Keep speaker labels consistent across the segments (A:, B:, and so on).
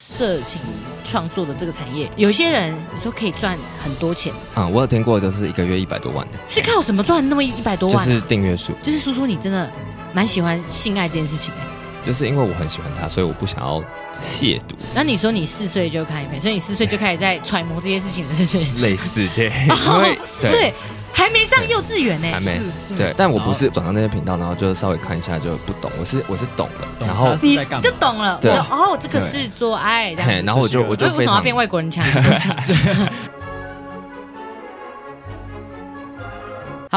A: 色情创作的这个产业，有一些人你说可以赚很多钱，
B: 啊、我有听过，就是一个月一百多万的，
A: 是靠什么赚那么一百多
B: 就
A: 万、啊？
B: 是订阅数，
A: 就是叔叔，你真的蛮喜欢性爱这件事情、欸。
B: 就是因为我很喜欢他，所以我不想要亵渎，
A: 那你说你四岁就看影片，所以你四岁就开始在揣摩这些事情了，是不 是？
B: 类似的，
A: 哦
B: 因为对。
A: 对，还没上幼稚园呢、
B: 还没
C: 四岁
B: 对，但我不是转到那些频道，然后就稍微看一下就不懂，我是我是懂的，
C: 懂
B: 然后
C: 他
A: 你
C: 是在干嘛
A: 就懂了。我
B: 对
A: 就哦，这个是做爱这样。
B: 嘿，然后我就我
A: 所
B: 就
A: 以为
B: 非
A: 什么要
B: 常
A: 变外国人腔？
C: 啊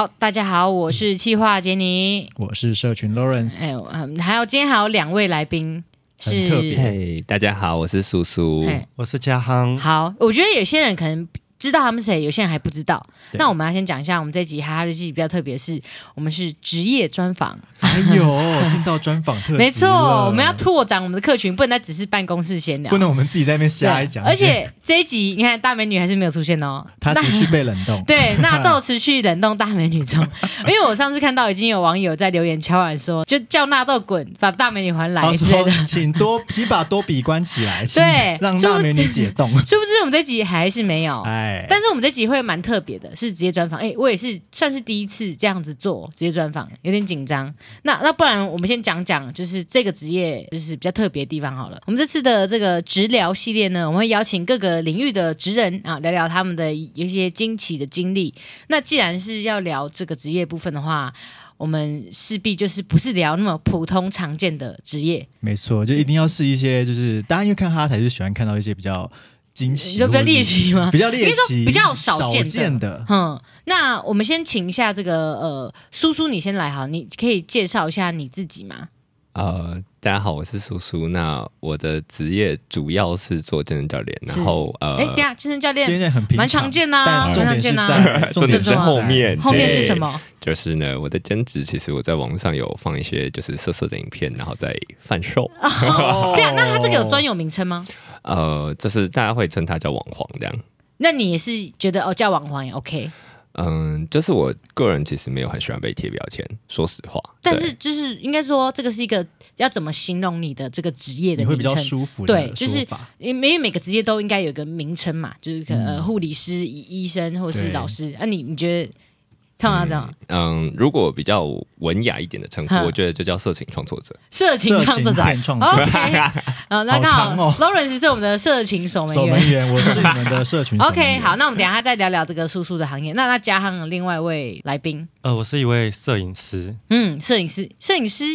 A: 好，大家好，我是气化杰 尼。
C: 我是社群
A: 哎
C: Lawrence，
A: 呦，嗯，还有今天还有两位来宾
C: 很
A: 是
C: 特别
B: 嘿，大家好，我是苏苏，
A: 嘿
D: 我是嘉
C: 嗯
D: 亨，
A: 好，我觉得有些人可能知道他们是谁，有些人还不知道。
C: 对
A: 那我们要先讲一下，我们这集哈哈日记比较特别是，我们是职业专访，
C: 哎呦，进到专访特辑啊了
A: 没错，我们要拓展我们的客群，不能再只是办公室闲聊
C: 不。能我们自己在那边瞎一讲，
A: 而且这一集你看大美女还是没有出现哦，
C: 他
A: 那
C: 持续被冷 冻，
A: 对，纳豆持续冷冻大美女中，因为我上次看到已经有网友在留言敲碗说，就叫纳豆滚，把大美女还
C: 他
A: 来之类
C: 说
A: 的。
C: 请多 请把多比关起来，请
A: 对
C: 让
A: 是不
C: 大
A: 是
C: 美女解冻，
A: 殊不知我们这集还是没有，
C: 哎，
A: 但是我们这集会蛮特别的，是直接专访。哎、我也是算是第一次这样子做直接专访，有点紧张。那那不然我们先讲讲，就是这个职业就是比较特别的地方好了。我们这次的这个职疗系列呢，我们会邀请各个领域的职人啊，聊聊他们的一些惊奇的经历。那既然是要聊这个职业部分的话，我们势必就是不是聊那么普通常见的职业，
C: 没错，就一定要是一些就是大家因为看哈台就喜欢看到一些比较惊
A: 你
C: 奇，
A: 说比较猎
C: 奇，
A: 奇吗？
C: 比较猎
A: 应该说
C: 奇，
A: 比较少见的
C: 见的。
A: 嗯，那我们先请一下这个呃，苏苏，你先来好，你可以介绍一下你自己吗？
B: 呃，大家好，我是苏苏。那我的职业主要是做健身教练，
A: 是
B: 然后呃
A: 哎、，等一下健身教
C: 今
A: 练
C: 天很平
A: 蛮常见的啊
C: 但重点
A: 蛮常
C: 是
A: 见的啊
C: 在
B: 重点
A: 是
B: 是
C: 在
B: 后面，
A: 后面是
B: 对
A: 什？ 么？
B: 就是呢，我的兼职其实我在网上有放一些就是色色的影片，然后在贩售。
C: 哦
A: 对啊，那他这个有专有名称吗？
B: 呃，就是大家会称它叫网黄这样。
A: 那你也是觉得哦，叫网黄也 OK，
B: 嗯，就是我个人其实没有很喜欢被贴标签，说实话。
A: 但
B: 对
A: 是就是应该说这个是一个要怎么形容你的这个职业的
C: 你会
A: 名
C: 比较
A: 称？
C: 舒服的
A: 对就是
C: 说法嗯
A: 因为因为每个职业都应该有一个名称嘛，就是可能、呃护理师、医医生或者是
C: 对
A: 老师。啊你，你觉得他们要这样、
B: 嗯，如果比较文雅一点的称呼，
A: 哼
B: 我觉得就叫色情创作者。
A: 色情创作者
C: 色情片创作者
A: OK，呃，那刚
C: 好
A: 好
C: 长哦
A: Lawrence 是我们的社情守门
C: 守
A: 员
C: 门。员，我是你们的社群守门
A: OK，
C: 员
A: 好，那我们等一下再聊聊这个叔叔的行业。那那加上另外一位来宾，
D: 呃，我是一位摄影师，
A: 嗯，摄影师，摄影师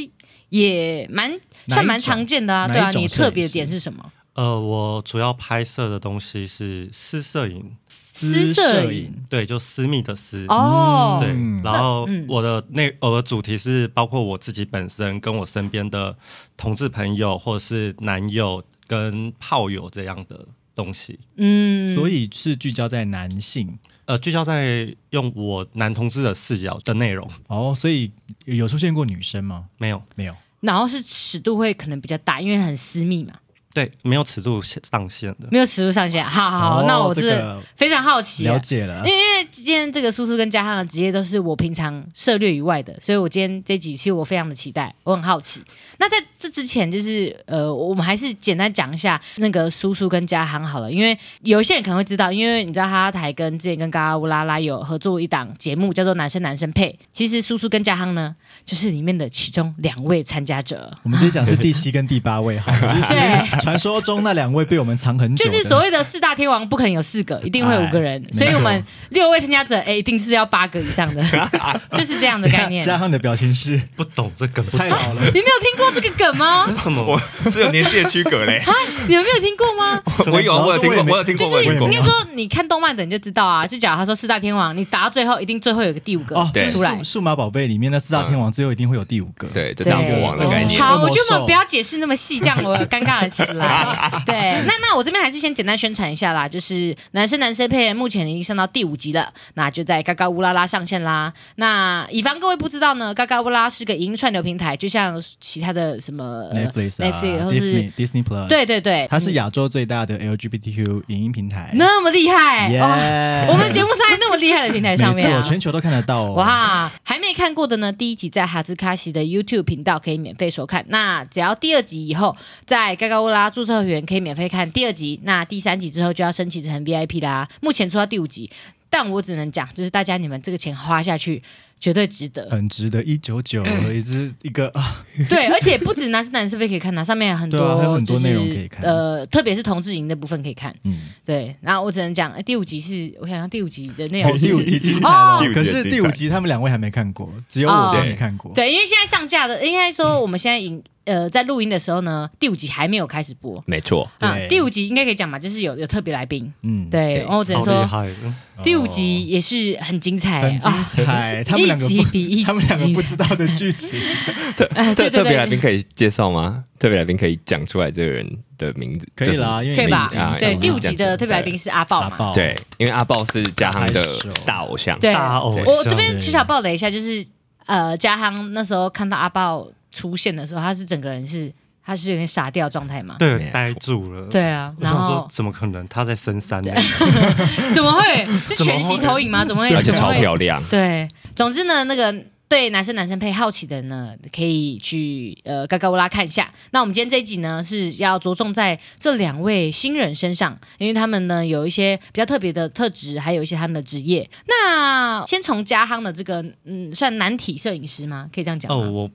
A: 也蛮
C: 哪一
A: 算蛮
C: 种
A: 常见的啊，
C: 哪
A: 对啊。
C: 一种
A: 你
C: 摄影
A: 特别
C: 师
A: 点是什么？
D: 呃，我主要拍摄的东西是私摄影，
A: 私摄影
C: 影
D: 对，就私密的私。
A: 嗯哦，
D: 对
C: 嗯，
D: 然后
A: 那嗯
D: 我的内呃我的主题是包括我自己本身跟我身边的同志朋友或者是男友跟炮友这样的东西，
A: 嗯，
C: 所以是聚焦在男性
D: 呃，聚焦在用我男同志的视角的内容，
C: 哦，所以有出现过女生吗？
D: 没有
C: 没有，
A: 然后是尺度会可能比较大，因为很私密嘛，
D: 对，没有尺度上限的。
A: 没有尺度上限。好好，好
C: 哦
A: 那我
C: 这
A: 这
C: 个
A: 非常好奇啊，
C: 了解了，
A: 因为因为今天这个叔叔跟嘉汉的职业都是我平常涉略以外的，所以我今天这集其实我非常的期待，我很好奇。那在这之前，就是呃，我们还是简单讲一下那个叔叔跟嘉汉好了，因为有一些人可能会知道，因为你知道哈哈台跟之前跟嘎嘎乌拉拉有合作一档节目叫做《男生男生配》，其实叔叔跟嘉汉呢就是里面的其中两位参加者。
C: 我们直接讲是第七跟第八 位，好了，就是
A: 对
C: 传说中那两位被我们藏很久
A: 就
C: 的，
A: 是所谓的四大天王，不可能有四个，一定会有五个人，
C: 哎
A: 所以我
C: 没
A: 们
C: 错
A: 六位参加者，哎，一定是要八个以上 的，就是这样的概念。
C: 加上你的表情是
D: 不懂这个，不
C: 太 好了，
A: 你没有听过这个梗吗
D: 这？是什么？
B: 是有年纪的区 隔嘞，
A: 你们没有听过吗？
D: 什么
B: 我有啊，我有听过，我有听过，
A: 就
B: 我
A: 是
B: 有听
A: 应该。
B: 过
A: 说，你看动漫的你就知道啊。就假如他说四大天王，你打到最后一定最后有个第五个
C: 哦，就
B: 对
C: 是
A: 出来
C: 数。数码宝贝里面那四大天王最后一定会有第五个，，
B: 对，就
A: 对
B: 大魔王的概念。
A: 好，
C: 恶魔
A: 我觉得我们
C: 兽
A: 不要解释那么细，这样我尴尬了起来。对，那那我这边还是先简单宣传一下啦，就是男生男生配目前已经上到第五集了，那就在嘎嘎乌拉拉上线啦。那以防各位不知道呢，嘎嘎乌拉是个影音串流平台，就像其他的什么呃
C: Netflix 啊
A: Netflix 或是
C: Disney Disney Plus，啊
A: 对，对对，
C: 它是亚洲最大的 LGBTQ 影音平台，
A: 哎嗯那么厉害哇！
C: 耶，
A: 我们节目是在那么厉害的平台上面、
C: 哎没
A: 啊
C: 错，。全球都看得到哦，
A: 哇，还没看过的呢，第一集在哈兹卡西的 YouTube 频道可以免费收看。那只要第二集以后在嘎嘎乌拉啦，注册会员可以免费看第二集，那第三集之后就要升级成 VIP 啦。目前出到第五集，但我只能讲，就是大家你们这个钱花下去绝对值 得。
C: 很值得一九九，
A: 嗯
C: 一只一个啊，
A: 对，而且不止男生男生也可以看呐、上面还有很多、
C: 对啊还有很多
A: 就是
C: 内容可以看
A: 呃，特别是同志营的部分可以看。
C: 嗯，
A: 对，然后我只能讲、哎第五集是，我想想第五集的内容是
C: 第五集 精彩
A: 哦
C: 了
B: 第五集，
C: 可是
B: 精彩
C: 第五集他们两位还没看过，只有我
A: 哦
C: 没看过，
A: 对，因为现在上架的，应该说我们现在影呃在录音的时候呢，第五集还没有开始播。
B: 没错，
A: 啊
C: 对，
A: 第五集应该可以讲吧，就是有有特别来宾，
C: 嗯，
A: 对，
B: OK，
A: 然后我只能
D: 超厉
A: 说
D: 害的，
A: 第五集也是很精彩
C: 很精
A: 啊，
C: 彩，他们两个
A: 一集比一集
C: 不，他们两个不知道的剧情，
B: 特
A: 哎对对
B: 特特别
A: 对
B: 来宾可以介绍吗？特别来宾可以讲出来这个人的名字，
C: 可以啦，因
A: 可
C: 为
A: 以
C: 你
A: 吧
C: 已经？
A: 对，
B: 嗯
A: 第五集的特别来宾是阿豹
C: 打
A: 嘛，
C: 爆，
B: 就是。对，因为阿豹是嘉亨的大偶像，
A: 对，
D: 大偶
A: 我这
D: 像
A: 边小小爆雷一下，就是呃，嘉亨那时候看到阿豹出现的时候，他是整个人是他是有点傻掉的状态嘛，
D: 对，呆住了。
A: 对啊，
D: 我
A: 然
D: 想说
A: 后
D: 怎么可能？他在深山呢，
A: 怎么会是
D: 怎么
A: 全息投影吗？怎么
B: 而
A: 会
B: 且
A: 怎么
B: 超
A: 会
B: 漂亮，
A: 对，总之呢，那个对男生男生配好奇的人呢，可以去呃嘎嘎乌拉看一下。那我们今天这一集呢，是要着重在这两位新人身上，因为他们呢有一些比较特别的特质，还有一些他们的职业。那先从嘉亨的这个，嗯，算男体摄影师吗？可以这样讲
D: 哦，
A: 吗？
D: 我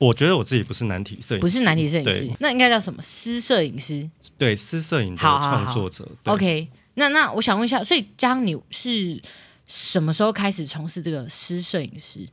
D: 我觉得我自己不是男体摄影师，
A: 不是男体摄影师
D: 对，
A: 那应该叫什么？私摄影师。
D: 对，是摄影的
A: 好好好
D: 创作者。对
A: OK，那那我想问一下，所以嘉亨你是什么时候开始从事这个私摄影师？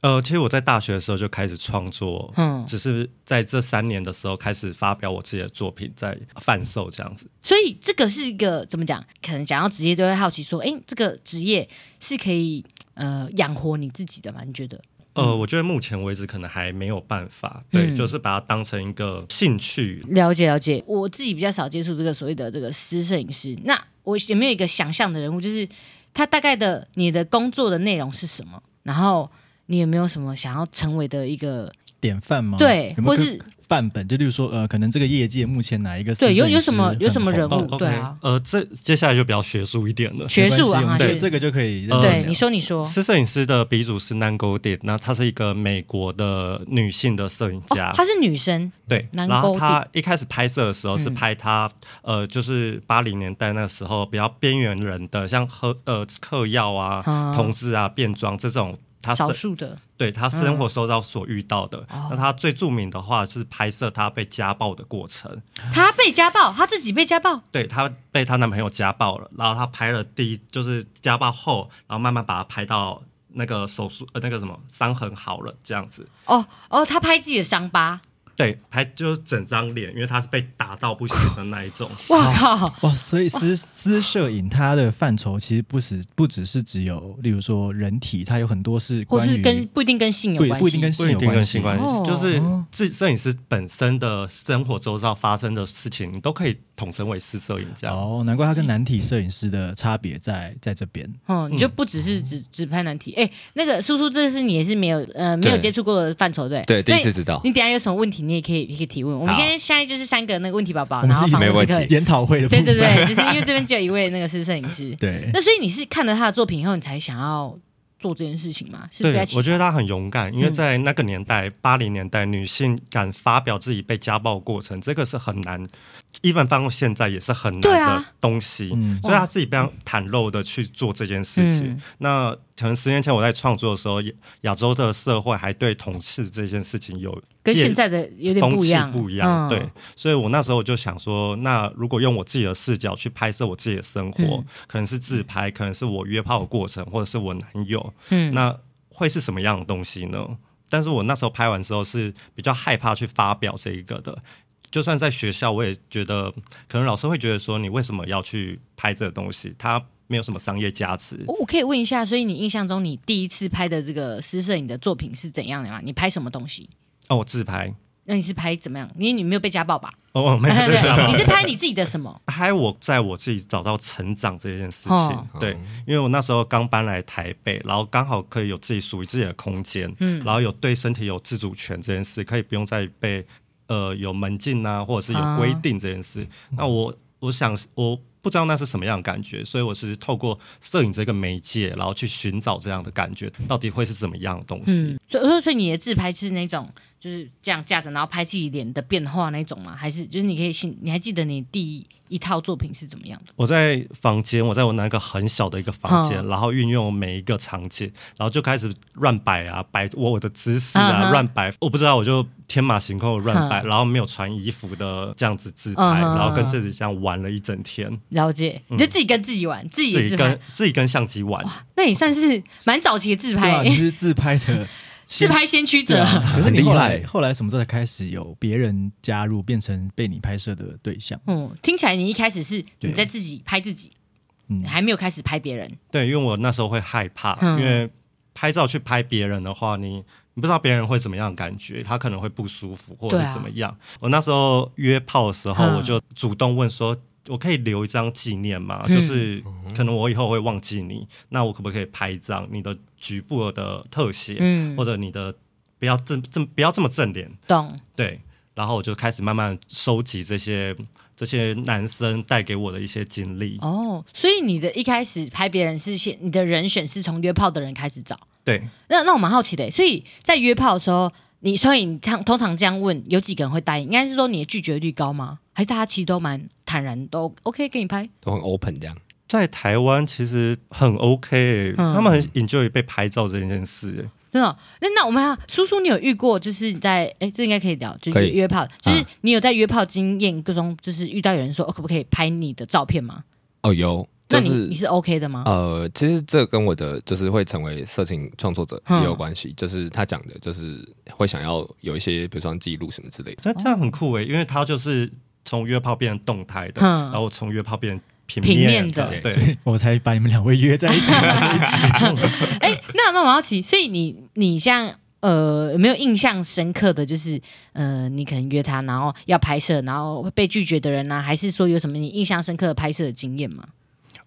D: 呃，其实我在大学的时候就开始创作，
A: 嗯，
D: 只是在这三年的时候开始发表我自己的作品，在贩售这样子。
A: 所以这个是一个怎么讲？可能讲到职业都会好奇说，哎，这个职业是可以呃养活你自己的吗？你觉得？
D: 呃，我觉得目前为止可能还没有办法，对，
A: 嗯
D: 就是把它当成一个兴趣。
A: 了解了解，我自己比较少接触这个所谓的这个私摄影师。那我有没有一个想象的人物，就是他大概的你的工作的内容是什么？然后你有没有什么想要成为的一个
C: 典范吗？
A: 对
C: 嗯有没有
A: 或
C: 个
A: 是
C: 范本？就例如说，呃，可能这个业界目前哪一个
A: 对有有什么
C: 摄影师
A: 有什么
C: 很
A: 人
C: 红
A: 物对啊
D: 呃，这接下来就比较学术一点了。
A: 学术
C: 没
A: 啊？
C: 关系我
A: 学
C: 们这个就可以认真
A: 对
C: 聊
A: 你说你说
D: 是摄影师的鼻祖是 Nan Goldin，那她是一个美国的女性的摄影家，
C: 啊
A: 哦，她是女生，
D: 对，
A: Nan
D: 然后
A: Goldin
D: 她一开始拍摄的时候是
A: 嗯
D: 拍她、呃，就是八零年代那时候比较边缘人的，像喝呃嗑药啊、
A: 啊
D: 同志啊、变装这种，她
A: 少
D: 生
A: 数的
D: 对她生活收到所遇到的。
A: 哦
D: 那她最著名的话是拍摄她被家暴的过程，
A: 她被家暴，她自己被家暴，
D: 对她被她男朋友家暴了，然后她拍了第一就是家暴后，然后慢慢把她拍到那个手术呃那个什么伤痕好了这样子。
A: 哦哦，她拍自己的伤疤，
D: 对，拍就是整张脸，因为她是被打到不行的那一种。
C: 哦
A: 哇靠！
C: 哇，所以私私摄影它的范畴其实不只不只是只有，例如说人体，它有很多是
A: 或
C: 关
A: 是
C: 于
A: 跟不一定跟性有
C: 对
A: 关系，
C: 不一定跟
D: 不
C: 性
D: 一
C: 有
D: 定跟
C: 关
D: 性
C: 系，
D: 关系，
A: 哦
D: 就是自摄影师本身的生活周遭发生的事情，你都可以统称为私摄影这样。
C: 哦，难怪它跟男体摄影师的差别在在这边。
A: 哦，你就不只是只只拍难题。哎、那个叔叔，这是你也是没有呃没有接触过的范畴，对不
B: 对，
A: 对，
B: 第一次
A: 那
B: 知道
A: 你。等一下有什么问题，你也可以，你可以提问。我们
B: 好
A: 现在现在就是三个那个问题宝宝，
C: 我
A: 啊然
C: 们
A: 后
C: 是以
A: 访
B: 没
A: 问
B: 问
A: 这个
B: 题，
C: 研讨会的部
A: 对
C: 分，，
A: 对对，就是因为这边只有一位那个是摄影师
C: 对
A: 那所以你是看了他的作品以后，你才想要做这件事情吗？是比较
D: 对，
A: 奇
D: 我觉得她很勇敢，
C: 嗯
D: 因为在那个年代，八零、年代，女性敢发表自己被家暴的过程，这个是很难，even 放到现在也是很
A: 对
D: 难
A: 啊
D: 的东西。
C: 嗯
D: 所以她自己非常袒露的去做这件事情。
A: 嗯
D: 那可能十年前我在创作的时候，亚亚洲的社会还对同志这件事情有
A: 跟
D: 戒
A: 现在的有点
D: 风
A: 不一
D: 气
A: 样，
D: 不一
A: 嗯
D: 样，对，，所以我那时候我就想说，那如果用我自己的视角去拍摄我自己的生活，
A: 嗯
D: 可能是自拍，可能是我约炮的过程，或者是我男友，
A: 嗯
D: 那会是什么样的东西呢？但是我那时候拍完之后是比较害怕去发表这一个的，就算在学校，我也觉得可能老师会觉得说，你为什么要去拍这个东西？它没有什么商业价值。
A: 我我可以问一下，所以你印象中你第一次拍的这个私摄影的作品是怎样的吗？你拍什么东西？
D: 哦，我自拍，
A: 那你是拍怎么样？因为你没有被家暴 吧？
D: 哦，没有对对
A: 对，你是拍你自己的什么？
D: 拍我在我自己找到成长这件事情，
A: 哦
D: 对，因为我那时候刚搬来台北，然后刚好可以有自己属于自己的空间，嗯，然后有对身体有自主权这件事，可以不用再被呃有门禁啊，或者是有规定这件事。那我我想我不知道那是什么样的感觉，所以我是透过摄影这个媒介，然后去寻找这样的感觉到底会是怎么样的东西。
A: 嗯，所以所以所以你的自拍是那种就是这样架着，然后拍自己脸的变化那种吗？还是就是你可以信？你还记得你第一一套作品是怎么样的？
D: 我在房间，我在我那个很小的一个房间，
A: 嗯
D: 然后运用每一个场景，然后就开始乱摆啊，摆我我的姿势
A: 嗯
D: 啊，
A: 哼
D: 乱摆，我不知道，我就天马行空地乱摆，然后没有穿衣服的这样子自拍，
A: 嗯哼
D: 然后跟自己这样玩了一整天，
A: 了解，
C: 嗯
A: 你就自己跟自己玩，自己
D: 自
A: 也
D: 己
A: 自拍
D: 跟。自己跟相机玩，
A: 那你算是蛮早期的自
C: 对啊，
A: 拍
C: 你，是自拍的
A: 自拍先驱
C: 对
A: 者。
C: 啊，可是
B: 很
C: 你
B: 厉
C: 后
B: 害
C: 来后来什么时候才开始有别人加入，变成被你拍摄的对象？
A: 嗯，听起来你一开始是
C: 对
A: 你在自己拍自己，
C: 嗯
A: 你还没有开始拍别人。
D: 对，因为我那时候会害怕，
A: 嗯
D: 因为拍照去拍别人的话，你你不知道别人会怎么样的感觉，他可能会不舒服或者
A: 对啊
D: 是怎么样。我那时候约炮的时候，
A: 嗯
D: 我就主动问说。我可以留一张纪念吗？
A: 嗯
D: 就是可能我以后会忘记你，那我可不可以拍一张你的局部的特写，
A: 嗯
D: 或，者你的不要正正不要这么正脸，
A: 懂。
D: 对，然后我就开始慢慢收集这些这些男生带给我的一些经历。
A: 哦，所以你的一开始拍别人是先，你的人选是从约炮的人开始找。
D: 对，
A: 那那我蛮好奇的，所以在约炮的时候，你所以你通通常这样问，有几个人会答应？应该是说你的拒绝率高吗？还是大家其实都蛮坦然，都 OK 给你拍？
B: 都很 open 这样。
D: 在台湾其实很 OK，、欸
A: 嗯
D: 他们很 enjoy 被拍照这件事、欸
A: 真的哦、那那我们还叔叔，你有遇过就是在哎，这应该可以聊，就
B: 可
A: 是
B: 以
A: 约炮，就是
B: 啊
A: 你有在约炮经验各中，就是遇到有人说、哦、可不可以拍你的照片吗？
B: 哦，有，
A: 那
B: 就
A: 你
B: 是
A: 你是 OK 的吗？
B: 呃，其实这跟我的就是会成为色情创作者
A: 嗯
B: 也有关系，就是他讲的，就是会想要有一些，比如说像记录什么之类的。
D: 那这样很酷欸诶、因为他就是从约炮变成动态的，
A: 哦嗯
D: 然后从约炮变成平
A: 平
D: 面
A: 面的
D: 对
C: 所以我才把你们两位约在 一起。
A: 哎、那那我好奇，所以你你像呃有没有印象深刻的就是呃你可能约他，然后要拍摄，然后被拒绝的人呢、还是说有什么你印象深刻的拍摄的经验吗？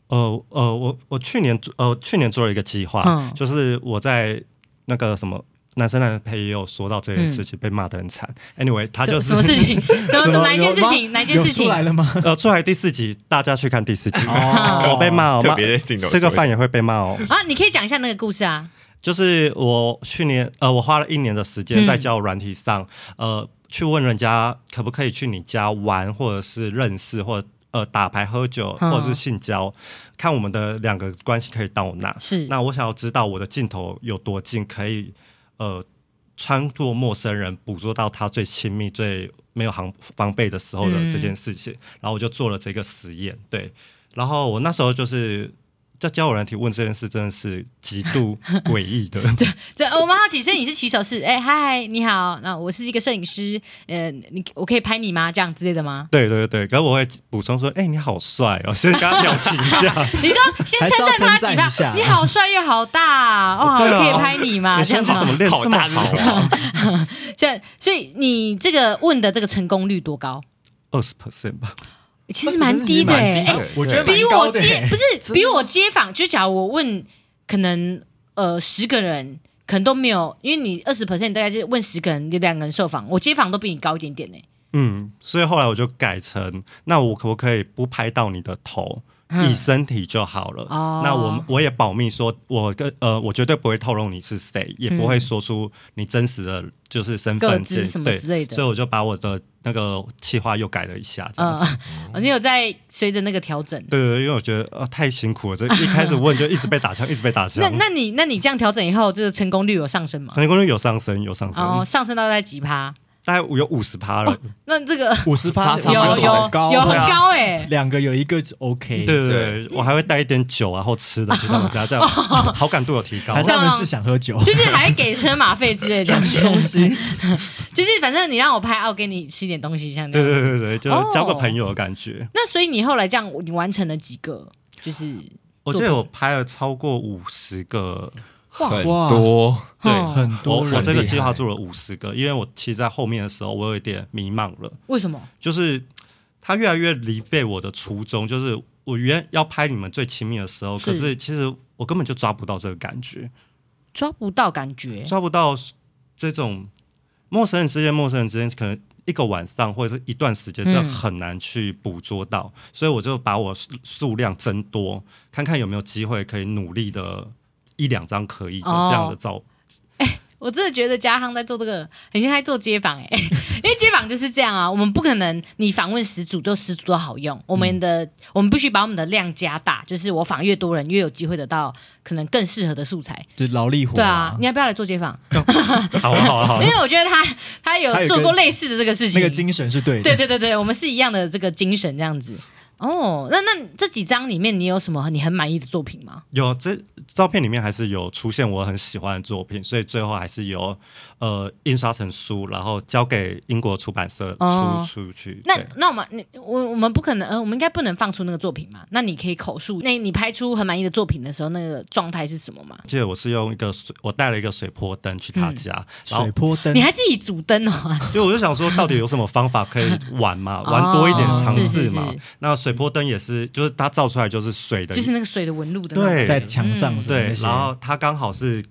D: 呃呃，我我去年呃去年做了一个计划，
A: 嗯
D: 就是我在那个什么。男生男配也有说到这件事情，被骂得很惨。Anyway，他就
A: 嗯什什么
D: 是
A: 事 情？什么什
C: 啊什
A: 么
C: 么
A: 哪一件
C: 有
A: 事
C: 吗
A: 情？哪一件事情
C: 有出？来了吗？
D: 呃，出来第四集，大家去看第四集。我被骂哦，
B: 特
D: 骂
B: 别镜头
D: 吃个饭也会被骂哦。
A: 啊，你可以讲一下那个故事啊。
D: 就是我去年呃，我花了一年的时间在交友软体上，呃，去问人家可不可以去你家玩，或者是认识，或者呃打牌、喝酒，
A: 嗯
D: 或者是性交，看我们的两个关系可以到哪。
A: 是，
D: 那我想要知道我的镜头有多近，可以呃穿过陌生人，捕捉到他最亲密、最没有防防备的时候的
A: 嗯
D: 这件事情。然后我就做了这个实验，对。然后我那时候就是在交友软体问这件事，真的是极度诡异 的。
A: 这呃我蛮好奇，所以你是骑手是？哎、嗨，你好，那我是一个摄影师，呃，你我可以拍你吗？这样之类的吗？
D: 对对对，可是我会补充说，哎、你好帅哦，先跟他表情 一下，
A: 你说先称赞他几
C: 还是要
A: 炮，
C: 称赞一下
A: 你好帅又好大啊、哇，
D: 对啊
A: 我可以拍你吗？
D: 你
A: 这样
D: 胸
A: 子吗
D: 肌怎么练
B: 好
D: 这么
B: 大
D: 好啊？
A: 这所以你这个问的这个成功率多高？
D: 二十 percent 吧，
A: 其实蛮低的、欸，哎
B: 的
C: 我觉得蛮
A: 比
C: 高
A: 我
C: 的
A: 接
C: 欸
A: 不是比我街访，就假如我问可能呃十个人，可能都没有，因为你二十 percent 大概是问十个人，有两个人受访，我街访都比你高一点点呢、
D: 嗯，所以后来我就改成，那我可不可以不拍到你的头，
A: 嗯
D: 以身体就好了？
A: 哦
D: 那我我也保密说，我跟呃，我绝对不会透露你是谁，也不会说出你真实的就是身
A: 各
D: 份
A: 自
D: 证
A: 嗯什么
D: 对，
A: 之类的
D: 所以我就把我的那个计划又改了一下，这样
A: 嗯
D: 子。、
A: 呃，你有在随着那个调整。
D: 对对对，因为我觉得呃太辛苦了，这一开始问就一直被打枪，一直被打 枪
A: 那。那你那你这样调整以后，这个成功率有上升吗？
D: 成功率有上升，有上升，
A: 哦，上升到在几趴？
D: 大概有五十趴了。
A: 那这个
C: 五十
B: 差
C: 趴
B: 差
A: 有
B: 不多
A: 有有很
C: 高，啊
A: 高哎、
C: 两个有一个是 OK，
D: 对对对，我还会带一点酒啊或吃的去他们家，这样
A: 哦
D: 好感度有提高
C: 还。是他们是想喝酒，
A: 就是还给车马费之类的东西，
C: 东西
A: 就是反正你让我拍，啊我给你吃点东西，像这
D: 对
A: 样子。哦
D: 对对对，就是交个朋友的感觉。
A: 那所以你后来这样，你完成了几个？就是
D: 我记得我拍了超过五十个，
B: 很
C: 哇
B: 多，
D: 对
A: 哦
C: 很
D: 我
C: 多人
D: 我这个计
B: 厉
D: 划
B: 害
D: 做了五十个，因为我其实在后面的时候我有一点迷茫了，
A: 为什么？
D: 就是它越来越离背我的初衷，就是我原要拍你们最亲密的时候，
A: 是
D: 可是其实我根本就抓不到这个感觉，
A: 抓不到感觉，
D: 抓不到这种陌生人之间、陌生人之间可能。一个晚上或者是一段时间，真的
A: 嗯
D: 很难去捕捉到，所以我就把我数数量增多，看看有没有机会可以努力的一两张可以的
A: 哦
D: 这样的照
A: 我真的觉得嘉亨在做这个，很像在做街访哎、 因为街访就是这样啊，我们不可能你访问十组就十组都好用，我们的、我们必须把我们的量加大，就是我访越多人，越有机会得到可能更适合的素材。
C: 就劳力活
A: 对啊，你要不要来做街访？
D: 好啊好啊好啊
A: 因，为我觉得他他有
C: 他有一个
A: 做过类似的这个事情，
C: 那个精神是对 的。
A: 对对对对，我们是一样的这个精神这样子。哦，那那这几张里面，你有什么你很满意的作品吗？
D: 有这照片里面还是有出现我很喜欢的作品，所以最后还是有呃印刷成书，然后交给英国出版社出、
A: 哦
D: 出去。
A: 那
D: 对
A: 那我们你我我们不可能，呃，我们应该不能放出那个作品嘛？那你可以口述，那你拍出很满意的作品的时候，那个状态是什么吗？
D: 记得我是用一个水，我带了一个水波灯去
A: 嗯
D: 他家，然后
C: 水波灯
A: 你，还自己主灯哦，
D: 就我就想说，到底有什么方法可以玩嘛，玩多一点尝试嘛。
A: 哦是是是
D: 那水波灯也是，就是它照出来就是水的，
A: 就是那个水的纹路的那
D: 对
A: 种。
C: 在墙上
A: 嗯
C: 什么
D: 对
C: 那，些
D: 然后它刚好是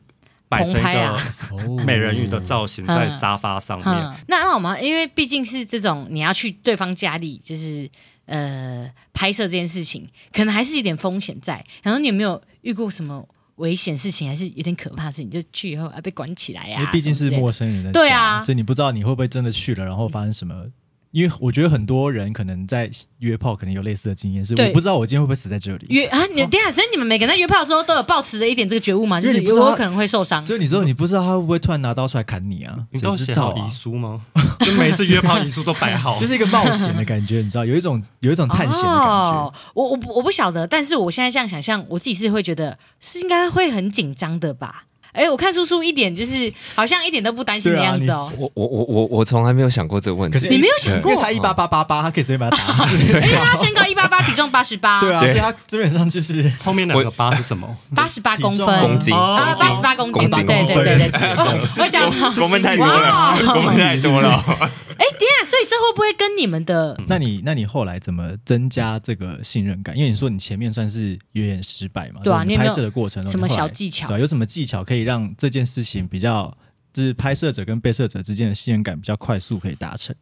D: 摆成一
A: 棚拍啊
D: 个
C: 哦
D: 美人鱼的造型在沙发上面。
A: 嗯，那那我们因为毕竟是这种你要去对方家里，就是呃拍摄这件事情，可能还是有点风险在。然后你有没有遇过什么危险事情，还是有点可怕的事情？就去以后啊被关起来呀、
C: 因为毕竟是
A: 什么之类的
C: 陌生人的家，
A: 对啊
C: 所以你不知道你会不会真的去了，然后发生什么。因为我觉得很多人可能在约炮，可能有类似的经验，是
A: 对
C: 我不知道我今天会不会死在这里。
A: 约啊，你等一下，所以你们每个人在约炮的时候都有保持着一点这个觉悟嘛，就
C: 哦因
A: 是
C: 为你不知道
A: 有可能会受伤。
C: 就你之后，你不知道他会不会突然拿刀出来砍你啊？
D: 你都有
C: 谁知
D: 写
C: 道
D: 好
C: 啊
D: 遗？书吗？就每一次约炮遗书都摆好，
C: 就是一个冒险的感觉，你知道，有一种有一种探险的感觉
A: 哦。、我我不我不晓得，但是我现在这样想象，我自己是会觉得是应该会很紧张的吧。哎，我看叔叔一点就是好像一点都不担心的
C: 对啊
A: 样子
C: 你
A: 哦。
B: 我我我我我从来没有想过这个问
C: 可
B: 题
C: 是。哎
A: 你没有想过啊
C: 因为他一八八八八，他可以随便把 他打死。对
A: 因为哎 他身高一八八，体重八十八，
C: 啊，所以他基本上就是
D: 后面两个八是什么？
A: 八十八公
C: 体重啊
A: 分，
B: 公斤
A: 啊，八十八公斤，
B: 公
A: 对
B: 斤
A: 对对对对，哦我讲好，
B: 我们太多
A: 哇
B: 了，我们太多了。
A: 哎，等一下，所以这会不会跟你们的
C: 那你那你后来怎么增加这个信任感？因为你说你前面算是有点失败嘛，
A: 对啊
C: 就是
A: 你有没
C: 拍
A: 有
C: 摄的过程中
A: 什么
C: 你后来
A: 小技巧
C: 对啊、有什么技巧可以让这件事情比较，就是拍摄者跟被摄者之间的信任感比较快速可以达成？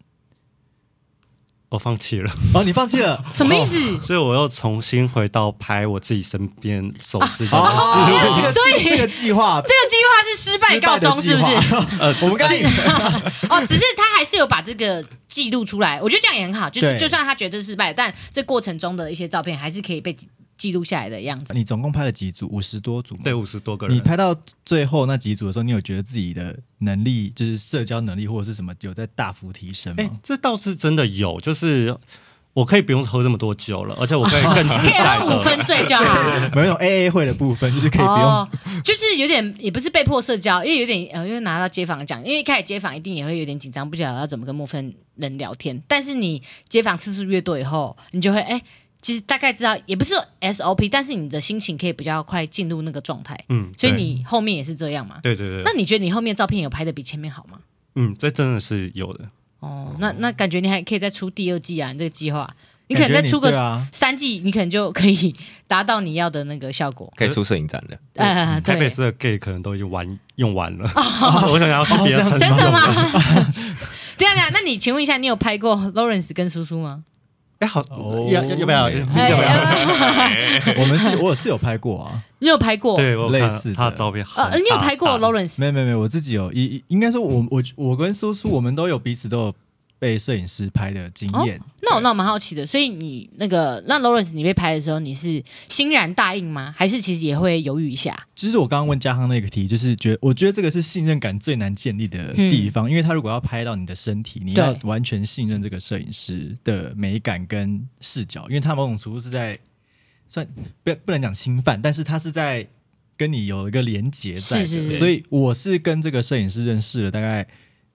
D: 我放弃了，
C: 哦，你放 弃了
A: 什么意思？
D: 所以我又重新回到拍我自己身边首饰的。
C: 哦，这个
A: 所以
C: 这个计划
A: 这。个计划是失败告终，是不是？
C: 失败的计划？ 呃，我们刚才
A: 哦，只是他还是有把这个记录出来，我觉得这样也很好。就是
C: 对
A: 就算他觉得是失败，但这过程中的一些照片还是可以被记记录下来的样子。
C: 你总共拍了几组？五十多组吗？
D: 对，五十多个
C: 你
D: 人，
C: 拍到最后那几组的时候，你有觉得自己的能力，就是社交能力或者是什么，有在大幅提升
D: 哎、
C: 吗？
D: 这倒是真的有，就是我可以不用喝这么多酒了，而且我可以更
A: 可
D: 自
A: 以
D: 在
A: 喝五
D: 的。
A: 分醉就好。
C: 没有那种 A A 会的部分，就是可以不用
A: 哦，就是有点也不是被迫社交，因为有点呃，因为拿到街访讲，因为一开始街访一定也会有点紧张，不晓得要怎么跟陌生人聊天。但是你街访次数越多以后，你就会哎。其实大概知道，也不是 SOP，但是你的心情可以比较快进入那个状态，
D: 嗯，
A: 所以
D: 对
A: 你后面也是这样嘛？
D: 对对
A: 那
D: 对，
A: 你觉得你后面照片有拍的比前面好吗？
D: 嗯，这真的是有的。
A: 哦，那那感觉你还可以再出第二季啊，你这个计划，你可能再
C: 嗯感觉你
A: 出个
C: 对啊
A: 三季，你可能就可以达到你要的那个效果。
B: 可以出摄影展的，
A: 呃，
C: 嗯
D: 台北
A: 对，
D: 市的 gay 可能都已经玩用完 了，我想要去别的城市
A: 真
D: 用
A: 的吗
D: 了。？
A: 对啊，对啊，那你请问一下，你有拍过 Lawrence 跟叔叔吗？哎呃
D: 哎，好，
C: 哦哎
D: 要要要不要？
B: 没有
D: 要不 要？
C: 我们是，我是有拍过啊，
A: 你有拍过？
D: 对，我有看
C: 类似的
D: 他的照片很大，
A: 呃，你有拍过
D: 大
A: Lawrence？
C: 没有没有没有，我自己有一应该说我，我我跟苏苏，我们都有彼此都有被摄影师拍的经验。
A: 那我那我蛮好奇的，所以你那个那 Lawrence 你被拍的时候，你是欣然答应吗？还是其实也会犹豫一下？
C: 其实我刚刚问嘉亨那个题，就是觉得我觉得这个是信任感最难建立的地方，因为他如果要拍到你的身体，你要
A: 对
C: 完全信任这个摄影师的美感跟视角，因为他某种程度是在算不不能讲侵犯，但是他是在跟你有一个连结在的，
A: 是是是
C: 所以我是跟这个摄影师认识了大概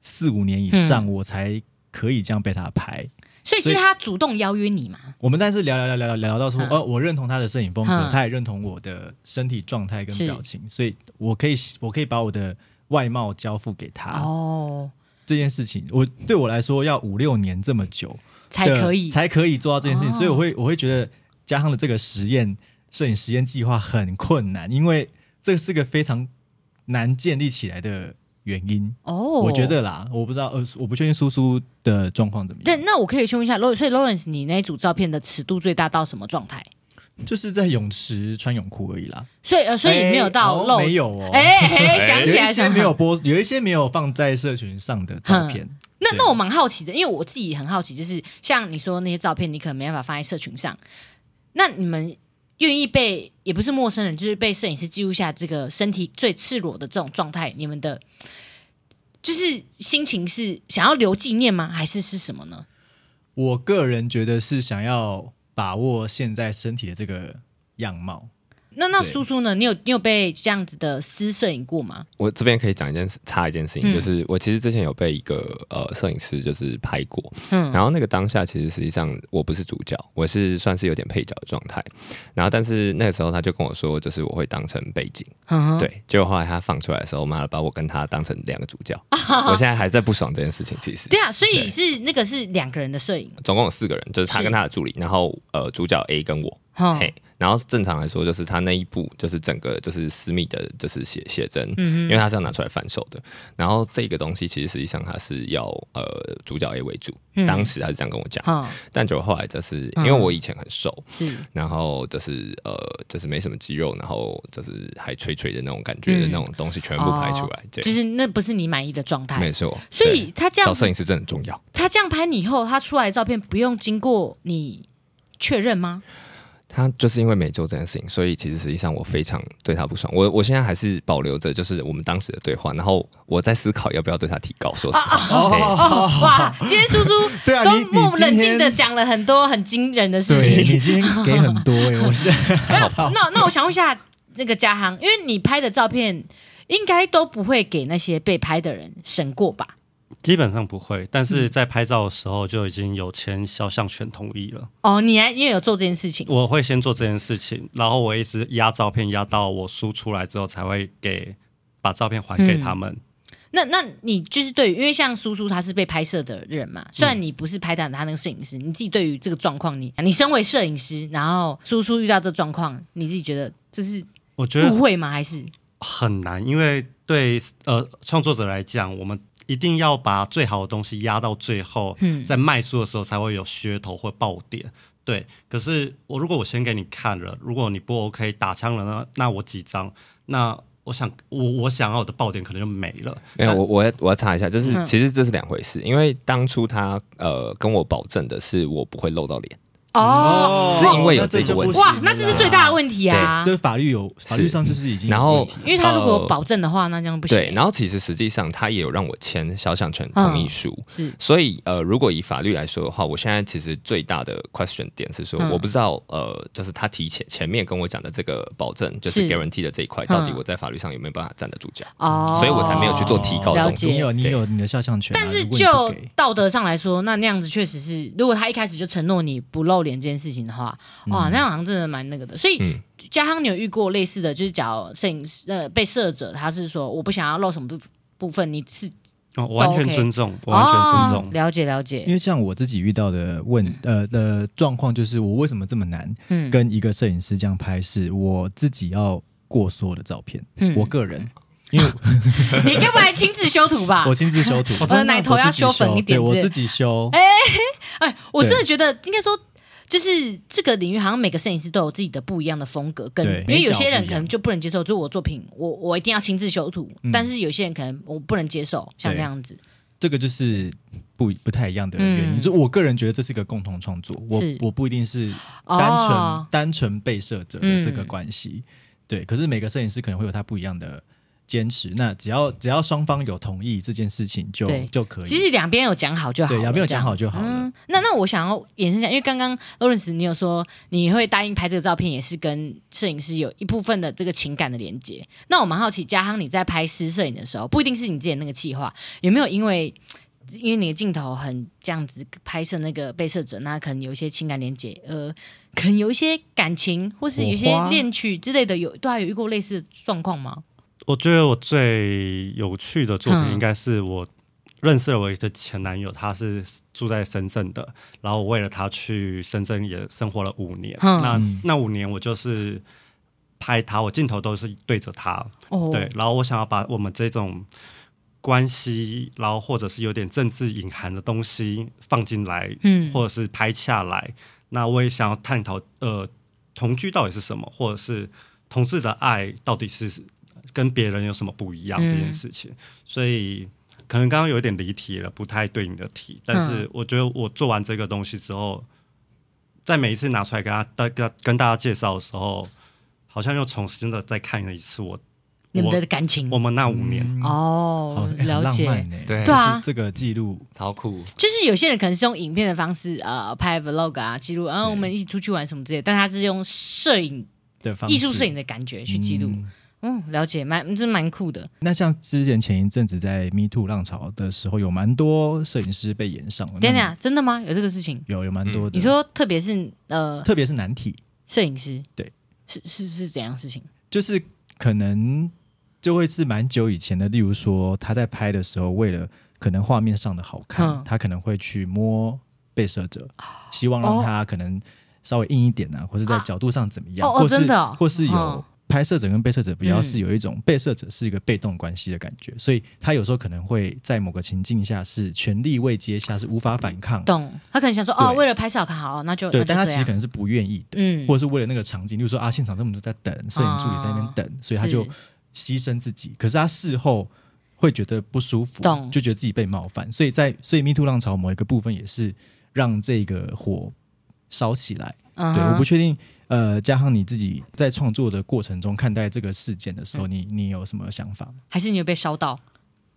C: 四五年以上，我才可以这样被他拍。
A: 所以是
C: 所以
A: 他主动邀约你嘛？
C: 我们但是聊聊聊聊聊聊到说，
A: 嗯
C: 哦，我认同他的摄影风
A: 嗯
C: 格，他也认同我的身体状态跟
A: 是
C: 表情，所以我可以我可以把我的外貌交付给他。
A: 哦，
C: 这件事情，我对我来说要五六年这么久
A: 才
C: 的
A: 可以。
C: 才可以做到这件事情，
A: 哦
C: 所以我会我会觉得加上了这个实验摄影实验计划很困难，因为这是个非常难建立起来的原因。
A: 哦，
C: 我觉得啦，我不知道，呃，我不确定苏苏的状况怎么样。
A: 对，那我可以去问一下，Law- 所以 Lawrence，你那一组照片的尺度最大到什么状态？
C: 就是在泳池穿泳裤而已啦，
A: 所以呃，所以没有到
C: 哎
A: 露，
C: 哦没有哦，
A: 哎，哎，
B: 哎
A: 想
C: 有
A: 起
C: 一
A: 来
C: 些
A: 想起
C: 没
A: 来
C: 有播，有一些没有放在社群上的照片，
A: 那
C: 对
A: 那我蛮好奇的，因为我自己很好奇，就是像你说那些照片，你可能没办法放在社群上。那你们愿意被也不是陌生人，就是被摄影师记录下这个身体最赤裸的这种状态，你们的就是心情是想要留纪念吗？还是是什么呢？
C: 我个人觉得是想要把握现在身体的这个样貌。
A: 那那
C: 对
A: 苏苏呢？你有你有被这样子的私摄影过吗？
B: 我这边可以讲一件事，插一件事
A: 嗯
B: 情，就是我其实之前有被一个呃摄影师就是拍过，
A: 嗯
B: 然后那个当下其实实际上我不是主角，我是算是有点配角的状态，然后但是那个时候他就跟我说，就是我会当成背景，
A: 嗯，
B: 对，结果后来他放出来的时候，妈的把我跟他当成两个主 角，我现在还在不爽这件事情，其实
A: 对啊，所以
B: 对
A: 是那个是两个人的摄影，
B: 总共有四个人，就是他
A: 是
B: 跟他的助理，然后呃主角 A 跟我，
A: 哈，
B: 嘿，然后正常来说，就是他那一部就是整个就是私密的，就是写写真，
A: 嗯
B: 因为他是要拿出来贩售的。然后这个东西其实实际上它是要呃主角 A 为主，
A: 嗯
B: 当时他是这样跟我讲，
A: 哈，
B: 但就后来就是因为
A: 嗯
B: 我以前很瘦，
A: 是
B: 然后就是呃就是没什么肌肉，然后就是还垂垂的那种感觉的
A: 嗯
B: 那种东西全部排出来，对，
A: 就是那不是你满意的状态
B: 没，错，
A: 所以他这
B: 对
A: 样
B: 找
A: 子
B: 摄影师真的很重要。
A: 他这样拍你以后，他出来的照片不用经过你确认吗？
B: 他就是因为没做这件事情，所以其实实际上我非常对他不爽。我我现在还是保留着就是我们当时的对话，然后我在思考要不要对他提高。说实话，对
A: 哦，哇！今天叔叔
C: 对啊，
A: 都
C: 你
A: 默默
C: 你今
A: 冷
C: 天
A: 静的讲了很多很惊人的事
C: 对
A: 情。
C: 你今天给很多哎、
B: 欸
C: 我是
A: 没有，那那我想问一下那个嘉航，因为你拍的照片应该都不会给那些被拍的人审过吧？
D: 基本上不会，但
A: 嗯
D: 是在拍照的时候就已经有签肖像权同意了。
A: 哦，你还你也有做这件事情，
D: 我会先做这件事情，然后我一直压照片压到我输出来之后，才会给把照片还
A: 嗯
D: 给他们。
A: 那那你就是对于，因为像叔叔他是被拍摄的人
C: 嗯
A: 嘛，虽然你不是拍到他那个摄影师，你自己对于这个状况，你你身为摄影师，然后叔叔遇到这状况，你自己觉得这是
D: 我觉得
A: 误会吗？还是
D: 很难，因为对呃创作者来讲，我们一定要把最好的东西压到最后，
A: 嗯
D: 在卖书的时候才会有噱头或爆点。对，可是我如果我先给你看了，如果你不 OK 打枪了，那那我几张，那我想我我想要的爆点可能就没了。
B: 没有我我要我要查一下，就是
A: 嗯
B: 其实这是两回事，因为当初他呃跟我保证的是我不会露到脸，
A: 哦，
B: 是因为有啊
C: 那这
B: 这个
C: 就
B: 问
C: 不
B: 题
C: 行
A: 哇，那这是最大的问题啊
C: 这！这法律有法律上就是已经有
B: 然后
C: 问题了
A: 因为他如果有
B: 呃
A: 保证的话，那这样不行。
B: 对，然后其实实际上他也有让我签肖像权同
A: 嗯
B: 意书，
A: 是
B: 所以呃，如果以法律来说的话，我现在其实最大的 question 点是说，
A: 嗯
B: 我不知道呃，就是他提前前面跟我讲的这个保证，就是
A: 是
B: guarantee 的这一块，
A: 嗯
B: 到底我在法律上有没有办法站得住脚？
A: 哦，
B: 嗯所以我才没有去做提高的
A: 了
B: 动作。
A: 解
C: 你有你有你的肖像权啊、
A: 但是
C: 如果你不
A: 就
C: 给
A: 道德上来说，那那样子确实是，如果他一开始就承诺你不露脸这件事情的话，哇，那样好像真的蛮那个的。所以
B: 嗯
A: 嘉亨，你有遇过类似的，就是假如摄影师呃被摄者他是说我不想要露什么部部分，你是
D: 哦，我完全
A: OK
D: 尊重，我完全尊
A: 哦
D: 重。
A: 了解了
C: 因
A: 解，
C: 为像我自己遇到的问呃的状况，就是我为什么这么难
A: 嗯
C: 跟一个摄影师这样拍，是我自己要过所有的照片，
A: 嗯
C: 我个人，因为
A: 你该不会还亲自修图吧
C: 我？亲自修图，
A: 啊 我的奶头要
C: 我自己
A: 修粉一点
C: 对我
A: 是
C: 自己修，
A: 哎，我
C: 对
A: 真的觉得应该说。就是这个领域，好像每个摄影师都有自己的不一样的风格，跟
C: 对
A: 因为有
C: 每一
A: 些
C: 角
A: 人
C: 不一
A: 可能
C: 样
A: 就不能接受，就我作品，我我一定要亲自修图，
C: 嗯
A: 但是有些人可能我不能接受，像这样子，
C: 这个就是不不太一样的原因。
A: 嗯
C: 就我个人觉得这是一个共同创作，我
A: 是
C: 我不一定是
A: 哦嗯
C: 单纯、单纯被摄者的这个关系，对。可是每个摄影师可能会有他不一样的坚持，那只要只要双方有同意这件事情就
A: 对
C: 就可以。
A: 其实两边有讲好就好了，
C: 对，要没有讲好
A: 就
C: 就好了。
A: 嗯，那那我想要延伸一下，因为刚刚 Lawrence 你有说你会答应拍这个照片，也是跟摄影师有一部分的这个情感的连接。那我蛮好奇，嘉亨你在拍私摄影的时候，不一定是你之前那个计划，有没有因为因为你的镜头很这样子拍摄那个被摄者，那可能有一些情感连接，呃，可能有一些感情或是有一些
C: 火花
A: 恋曲之类的，有对还有遇过类似的状况吗？
D: 我觉得我最有趣的作
A: 嗯
D: 品应该是我认识了我的前男友，他是住在深圳的，然后我为了他去深圳也生活了五年。
A: 嗯
D: 那那五年我就是拍他，我镜头都是对着他，
A: 哦
D: 对，然后我想要把我们这种关系，然后或者是有点政治隐含的东西放进来，
A: 嗯
D: 或者是拍下来。那我也想要探讨呃同居到底是什么，或者是同志的爱到底是跟别人有什么不一样这
A: 嗯
D: 件事情。所以可能刚刚有一点离题了，不太对你的题，但
A: 嗯
D: 是我觉得我做完这个东西之后，在每一次拿出来跟大大跟跟大家介绍的时候，好像又重新的再看了一次我
A: 你们
D: 我
A: 的感情
D: 我们那五年。
A: 哦
C: 嗯好，哎很
A: 了
C: 浪
A: 解
C: 漫。呢。
B: 对
A: 对啊
C: 就是这个记录
B: 超酷，
A: 就是有些人可能是用影片的方式，呃，拍 vlog 啊，记录，然、后我们一起出去玩什么之类的，但他是用摄影、
C: 的方式，
A: 艺术摄影的感觉去记录。
C: 嗯
A: 嗯，了解，蛮这蛮酷的。
C: 那像之前前一阵子在 Me Too 浪潮的时候，有蛮多摄影师被延上了。
A: 等一
C: 那
A: 下，真的吗？有这个事情？
C: 有有蛮多的，
A: 你说，特别是呃，
C: 特别是男体，
A: 摄影师，
C: 对，
A: 是是是怎样事情？
C: 就是可能就会是蛮久以前的，例如说他在拍的时候，为了可能画面上的好看，
A: 嗯
C: 他可能会去摸被摄者，希望让他可能稍微硬一点啊，或是在
A: 啊
C: 角度上怎么样，
A: 哦哦
C: 或是
A: 真的哦
C: 或是有。
A: 嗯
C: 拍摄者跟被摄者比较
A: 嗯
C: 是有一种被摄者是一个被动关系的感觉，所以他有时候可能会在某个情境下是权力未接下是无法反抗，
A: 懂？他可能想说，哦，
C: 对
A: 为了拍照看好，那就
C: 对，
A: 那就
C: 但他
A: 这
C: 其实
A: 样
C: 可能是不愿意的，
A: 嗯，
C: 或者是为了那个场景，例如说啊，现场这么多在等，摄影助理在那
A: 哦
C: 边等，所以他
A: 是
C: 就牺牲自己。可是他事后会觉得不舒服
A: 懂，
C: 就觉得自己被冒犯，所以在所以 Me Too 浪潮某一个部分也是让这个火烧起来。
A: 嗯
C: 对，
A: 哼
C: 我不确定，呃，加上你自己在创作的过程中看待这个事件的时
A: 嗯
C: 候，你你有什么想法吗？
A: 还是你有被烧到？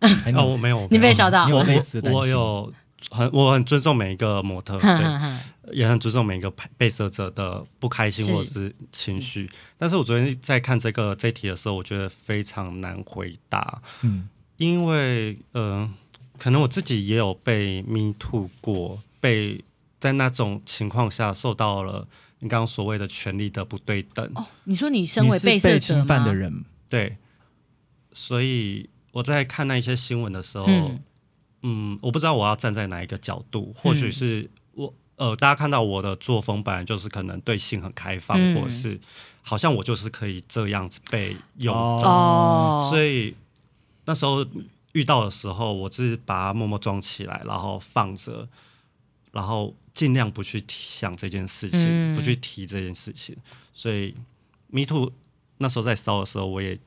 C: 还
D: 哦，
C: 有
D: 我没有，
A: 嗯你被烧到
C: 你？有
D: 我
C: 类似的担
D: 我
C: 心
D: 有很我很尊重每一个模
C: 呃
D: 特，
A: 哼
D: 对
A: 哼，哼
D: 也很尊重每一个拍被摄者的不开心
A: 是嗯
D: 或者是情绪。但是我昨天在看这个这一题的时候，我觉得非常难回答，
C: 嗯，
D: 因为呃，可能我自己也有被 me too 过，被在那种情况下受到了你刚刚所谓的权利的不对等，
A: 哦，你说你身
C: 你
A: 为
C: 是被
A: 摄者
C: 侵犯
A: 吗
C: 的，人，
D: 对，所以我在看那一些新闻的时候。
C: 哦
A: 嗯
D: 嗯，我不知道我要站在哪一个角度，或
A: 嗯
D: 许是我呃，大家看到我的作风本来就是可能对性很开放，
A: 嗯
D: 或者是好像我就是可以这样子被用，
A: 哦，
D: 所以那时候遇到的时候，我是把它默默装起来，然后放着，然后尽量不去提想这件事情，
A: 嗯
D: 不去提这件事情，所以 Me Too 那时候在烧的时候，我也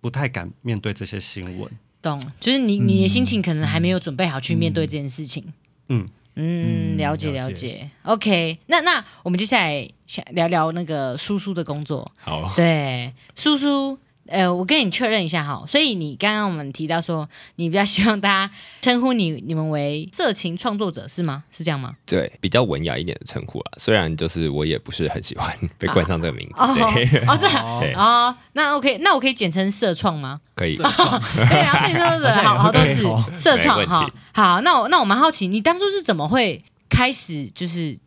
D: 不太敢面对这些新闻。
A: 懂，就是你你的心情可能还没有准备好去面对这件事情。
D: 嗯
A: 嗯，
C: 嗯
A: 了解了
C: 了解
A: 解。OK，那那我们接下来想聊聊那个叔叔的工作。
B: 好，
A: 对，叔叔，呃，我跟你确认一下哈。所以你刚刚我们提到说，你比较希望大家称呼你你们为色情创作者是吗？是这样吗？
B: 对，比较文雅一点的称呼啊。虽然就是我也不是很喜欢被冠上这个名字，
A: 哦
B: 对，
A: 哦，这
B: 对
A: 哦，那 OK，那我可以简称色创吗？
B: 可 以。
A: 对啊，摄影创作者，
C: 好像也
A: 好好多
C: 对哦
A: 字，社创
B: 没问
A: 哈
B: 题。
A: 好，那我那我蛮好奇，你当初是怎么会开始就是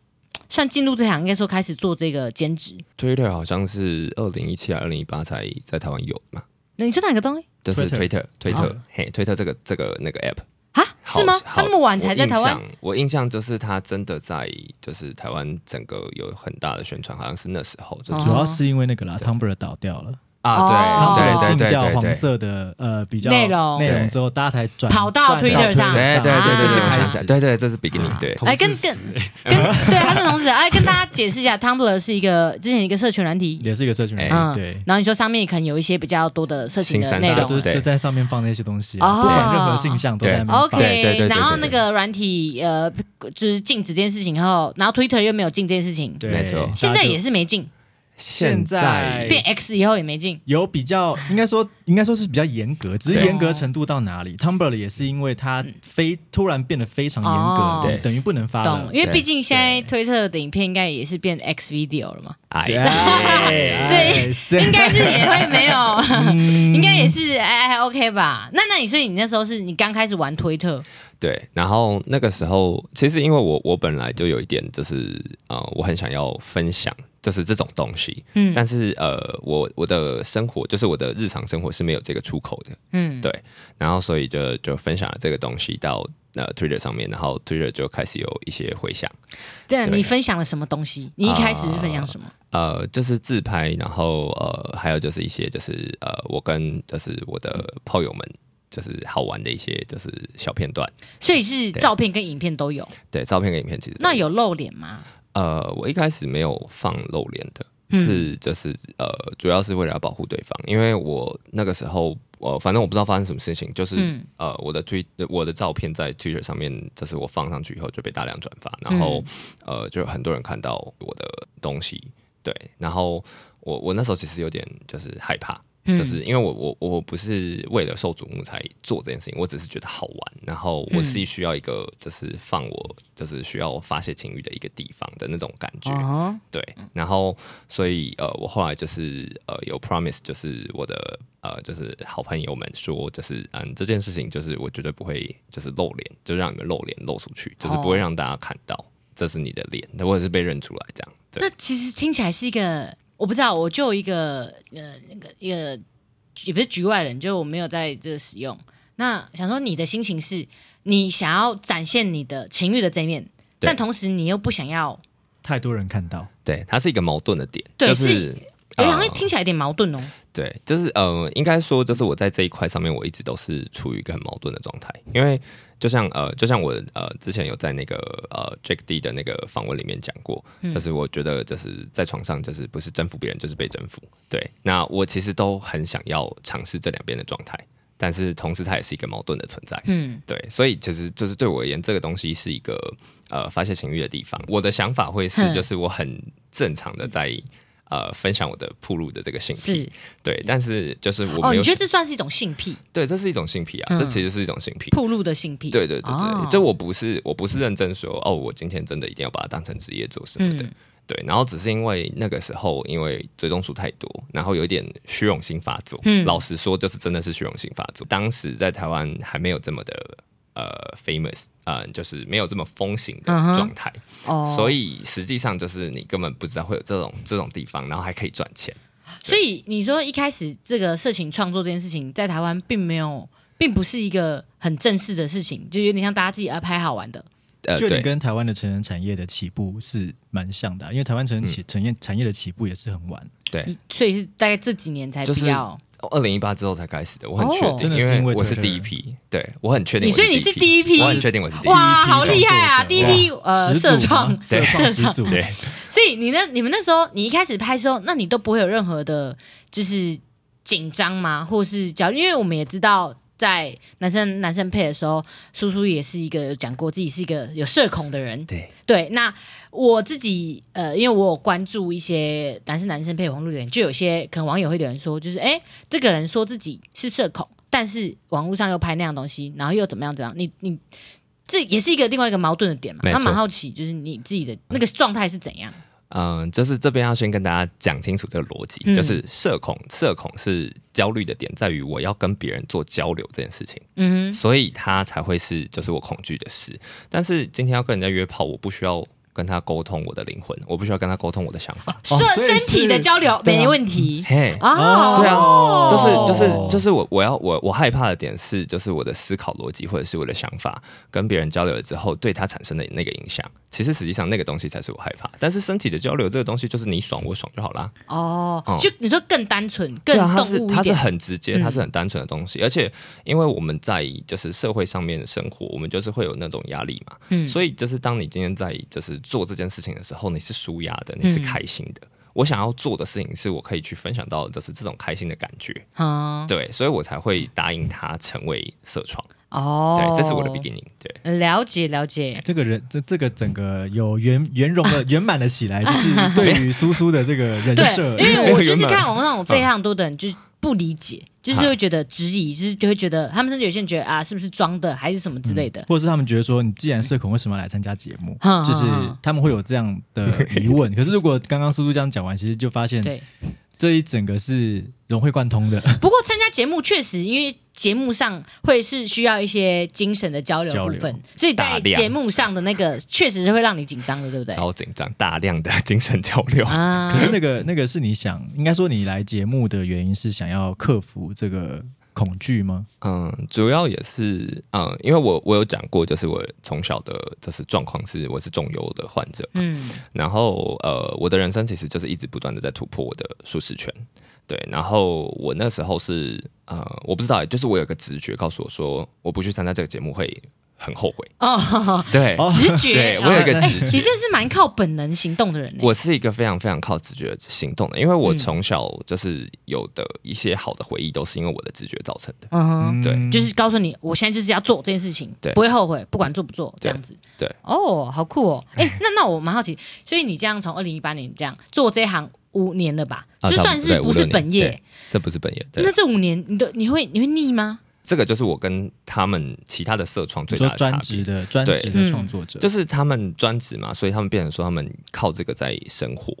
A: 算进入这行，应该说开始做这个兼职？
B: Twitter 好像是二零一七还二零一八才在台湾有嘛，
A: 那你说哪个东西
B: 就是
C: Twitter
B: Twitter Twitter、嘿
A: 哦
B: Twitter 这个这个那个 app
A: 啊？
B: 好
A: 是吗？
B: 好
A: 他那么晚才在台
B: 我
A: 湾？
B: 印象？我印象就是他真的在就是台湾整个有很大的宣传，好像是那时候就是、
A: 哦
C: 主要是因为那个啦，Tumblr 倒掉了。
A: 哦
B: 啊，对
C: 他
B: 对
C: 们禁
B: 对
C: 掉
B: 对对
C: 黄
B: 对。
C: 色的呃比较
A: 内容
C: 内容
B: 对
C: 之后，大家才转
A: 跑到
C: 转
A: Twitter 上
B: 对对对，这是
A: 啊
B: 开
C: 开
B: 始，
C: 始，
B: 对对，这是 beginning，
A: 啊
B: 对，
A: 哎，跟
D: 同志
A: 跟
D: 死
A: 跟对，他是同时，哎，跟大家解释一下，Tumblr 是一个之前一个社群软体，
C: 也是一个社群
A: 嗯
C: 软体，对，
A: 然后你说上面可能有一些比较多的社群
B: 新
A: 的
B: 三
A: 内
B: 大
C: 大家
A: 容
C: 就
B: 对
C: 就在上面放那些东西，不
A: 哦
C: 管任何性向都在那边放
A: OK，
B: 对对对对
A: 然后
B: 对
A: 那个软体呃，就是禁止这件事情后，然后 Twitter 又没有禁这件事情，
C: 对
B: 没错
C: 大家就
A: 现在也是没禁，
C: 现
B: 哎
C: 在
A: 变 X 以后也没禁。
C: 有比较，应该说应该说是比较严格，只是
B: 对
C: 严格程度到哪里？Tumblr 也是因为它非突然变得非常
A: 哦
C: 严格，
B: 对
C: 你等于不能发
A: 懂
C: 了，。
A: 因为
B: 啊对
A: 毕竟现在推特的影片应该也是变 X video 了 嘛，
B: 哎
C: 对 哎
A: 所以
C: 哎是
A: 应该是也会没
B: 嗯
A: 有，应该也是哎还 OK 吧？那那你所以你那时候是你刚开始玩推特，
B: 对，然后那个时候，其实因为我我本来就有一点就是呃，我很想要分享，就是这种东西，嗯，但是呃，我我的生活就是我的日常生活是没有这个出口的，
A: 嗯，
B: 对然后所以就就分享了这个东西到呃 Twitter 上面，然后 Twitter 就开始有一些回响，
A: 对啊，
B: 对
A: 你分享了什么东西？你一开始是分享什么？
B: 呃，就是自拍，然后呃，还有就是一些就是呃，我跟就是我的炮友们就是好玩的一些就是小片段，
A: 所以是照片跟影片都有，
B: 对，照片跟影片其实
A: 那有露脸吗？
B: 呃，我一开始没有放露脸的，是就是呃，主要是为了要保护对方，因为我那个时候呃，反正我不知道发生什么事情，就是、
A: 嗯
B: 呃，我的推我的照片在 Twitter 上面，就是我放上去以后就被大量转发，然后、呃，就有很多人看到我的东西，对，然后我我那时候其实有点就是害怕，
A: 嗯
B: 就是因为我我我不是为了受瞩目才做这件事情，我只是觉得好玩，然后我
A: 嗯
B: 是需要一个就是放我就是需要发泄情欲的一个地方的那种感觉，
A: 哦，
B: 对，然后所以呃，我后来就是呃有 promise，就是我的呃就是好朋友们说，就是嗯这件事情就是我绝对不会就是露脸，就让你们露脸露出去，就是
A: 哦
B: 不会让大家看到这是你的脸，或者是被认出来这样。对
A: 那，其实听起来是一个，我不知道，我就有一个呃那个一个也不是局外人，就我没有在这个使用。那想说你的心情是，你想要展现你的情欲的这一面，
B: 对
A: 但同时你又不想要，
C: 太多人看到，
B: 对，它是一个矛盾的点，
A: 对
B: 就是
A: 是。哎、好
B: 呃
A: 像听起来有点矛盾哦。
B: 对，就是呃，应该说，就是我在这一块上面，我一直都是处于一个很矛盾的状态，因为就像呃，就像我呃之前有在那个呃 Jack D 的那个访问里面讲过，
A: 嗯
B: 就是我觉得就是在床上就是不是征服别人就是被征服，对，那我其实都很想要尝试这两边的状态，但是同时它也是一个矛盾的存在，
A: 嗯
B: 对，所以其实就是对我而言，这个东西是一个呃发泄情欲的地方。我的想法会是
A: 嗯，
B: 就是我很正常的在呃分享我的铺路的这个性癖
A: 是，
B: 对，但是就是我
A: 哦，
B: 没
A: 你
B: 有
A: 觉
B: 想、
A: 得这算是一种性癖，
B: 对，这是一种性癖啊，
A: 嗯
B: 这其实是一种性癖。
A: 铺路的性癖？
B: 对对对对，
A: 哦
B: 这我不是我不是认真说哦，我今天真的一定要把它当成职业做什么的。
A: 嗯
B: 对，然后只是因为那个时候因为追踪数太多，然后有一点虚荣心发作。
A: 嗯
B: 老实说，就是真的是虚荣心发作。当时在台湾还没有这么的呃 famous，嗯、就是没有这么风行的
A: 嗯哼
B: 状态，
A: 哦，
B: 所以实际上就是你根本不知道会有这种这种地方，然后还可以赚钱。
A: 所以你说一开始这个色情创作这件事情，在台湾并没有，并不是一个很正式的事情，就有点像大家自己安排好玩的。
B: 呃，
C: 就你
B: 对，
C: 跟台湾的成人产业的起步是蛮像的啊、因为台湾成人
B: 嗯
C: 起成业产业的起步也是很晚，
B: 对，
A: 所以是大概这几年才
B: 就是
A: 比较。
B: 二零一八之后才开始的，我很
A: 哦
B: 确定，
C: 真的是因为
B: 我是
C: Twitter
B: 第一批，对我很确定
A: 你
B: 我是
A: 所以你是第一批
B: 我很确定我是第一批。
A: 哇，
C: 第一批
A: 好厉害啊！
C: 创作者
A: 第一批呃，
C: 始祖
A: 社
C: 嘛
A: 创，
C: 社创始祖，
B: 对，
A: 所以你那你们那时候，你一开始拍的时候，那你都不会有任何的，就是紧张吗？或是焦虑？因为我们也知道，在男生男生配的时候，叔叔也是一个有讲过自己是一个有社恐的人。
B: 对
A: 对，那我自己呃，因为我有关注一些男生男生配网络留言，就有些可能网友会留言说，就是哎，诶这个人说自己是社恐，但是网络上又拍那样东西，然后又怎么样怎么样？你你。这也是一个另外一个矛盾的点嘛，
B: 没
A: 那蛮
B: 错
A: 好奇，就是你自己的那个状态是怎样？
B: 嗯，就是这边要先跟大家讲清楚这个逻辑，
A: 嗯
B: 就是社恐，社恐是焦虑的点在于我要跟别人做交流这件事情，
A: 嗯哼，
B: 所以它才会是就是我恐惧的事。但是今天要跟人家约炮，我不需要跟他沟通我的灵魂，我不需要跟他沟通我的想法。
A: 身、
C: 所以
A: 身
C: 是
A: 体的交流
C: 对啊
A: 没问题
B: 嘿，
A: 哦，
B: 对啊
A: 哦
B: 就是就是就是我我要我我害怕的点是，就是我的思考逻辑或者是我的想法跟别人交流了之后，对他产生的那个影响，其实实际上那个东西才是我害怕。但是身体的交流这个东西，就是你爽我爽就好啦。
A: 哦
B: 哦，
A: 就你说更单纯、更
B: 对啊，它
A: 动
B: 是
A: 物一
B: 它是
A: 点，
B: 很直接，它是很单纯的东西，而且因为我们在就是社会上面生活，我们就是会有那种压力嘛，
A: 嗯
B: 所以就是当你今天在就是做这件事情的时候，你是舒压的，
A: 嗯
B: 你是开心的。我想要做的事情是我可以去分享到，就是这种开心的感觉，
A: 嗯
B: 对，所以我才会答应他成为社创，
A: 哦，
B: 对，这是我的 beginning，对，
A: 了解了 解，
C: 这个人这这个整个有圆圆融的圆满了起来，就是对于苏苏的这个 人
A: 对，
C: 设，
A: 因为我就是
B: 原本
A: 看网上有非常多的人就是不理 解，就是会觉得质疑，就是就会觉得他们甚至有些人觉得啊，是不是装的，还是什么之类的，
C: 或者是他们觉得说，你既然社恐，为什么要来参加节 目
A: 嗯？
C: 就是他们会有这样的疑 问。可是如果刚刚苏苏这样讲完，其实就发
B: 嗯
C: 现
A: 对。
C: 这一整个是融会贯 通的。
A: 不过参加节目确实，因为节目上会是需要一些精神的交流
C: 交
A: 部
C: 流
A: 分，所以在
B: 大量
A: 节目上的那个确实是会让你紧张的，对不对？
B: 超紧张，大量的 精神交流，
A: 啊
C: 可是那个那个是你想，应该说你来节目的原因是想要克服这个恐惧吗？
B: 嗯，主要也是嗯，因为我我有讲过，就是我从小的就是状况是我是重忧的患者，
A: 嗯
B: 然后呃，我的人生其实就是一直不断的在突破我的舒适圈，对。然后我那时候是呃，我不知道欸，就是我有个直觉告诉我说，我不去参加这个节目会很后悔。
A: 哦，
B: 对，
C: 哦
A: 直
B: 对
A: 觉，哎
B: 我有一个直
A: 你
B: 觉。
A: 这是蛮靠本能行动的人呢。欸
B: 我是一个非常非常靠直觉行动的，因为我
A: 嗯
B: 从小就是有的一些好的回忆都是因为我的直觉造成的。
A: 嗯哼，
B: 对
C: 嗯
A: 就是告诉你，我现在就是要做这件事情
B: 对，
A: 不会后悔，不管做不做，这样子。
B: 对
A: 哦，好酷哦！哎，那那我蛮好奇，所以你这样从二零一八年这样做这行五年了吧？
B: 啊
A: 就
B: 差
A: 算
B: 不多
A: 是
B: 对
A: 不
B: 五
A: 是
B: 六年
A: 本业
B: 对，这不是本业，对啊
A: 那，这五年你都你会你会腻吗？
B: 这个就是我跟他们其他的社创最
C: 做
B: 大的
C: 专
B: 差
C: 职
B: 别。
C: 的专
B: 对
C: 职的创作者，
B: 就是他们专职嘛，所以他们变成说他们靠这个在生活，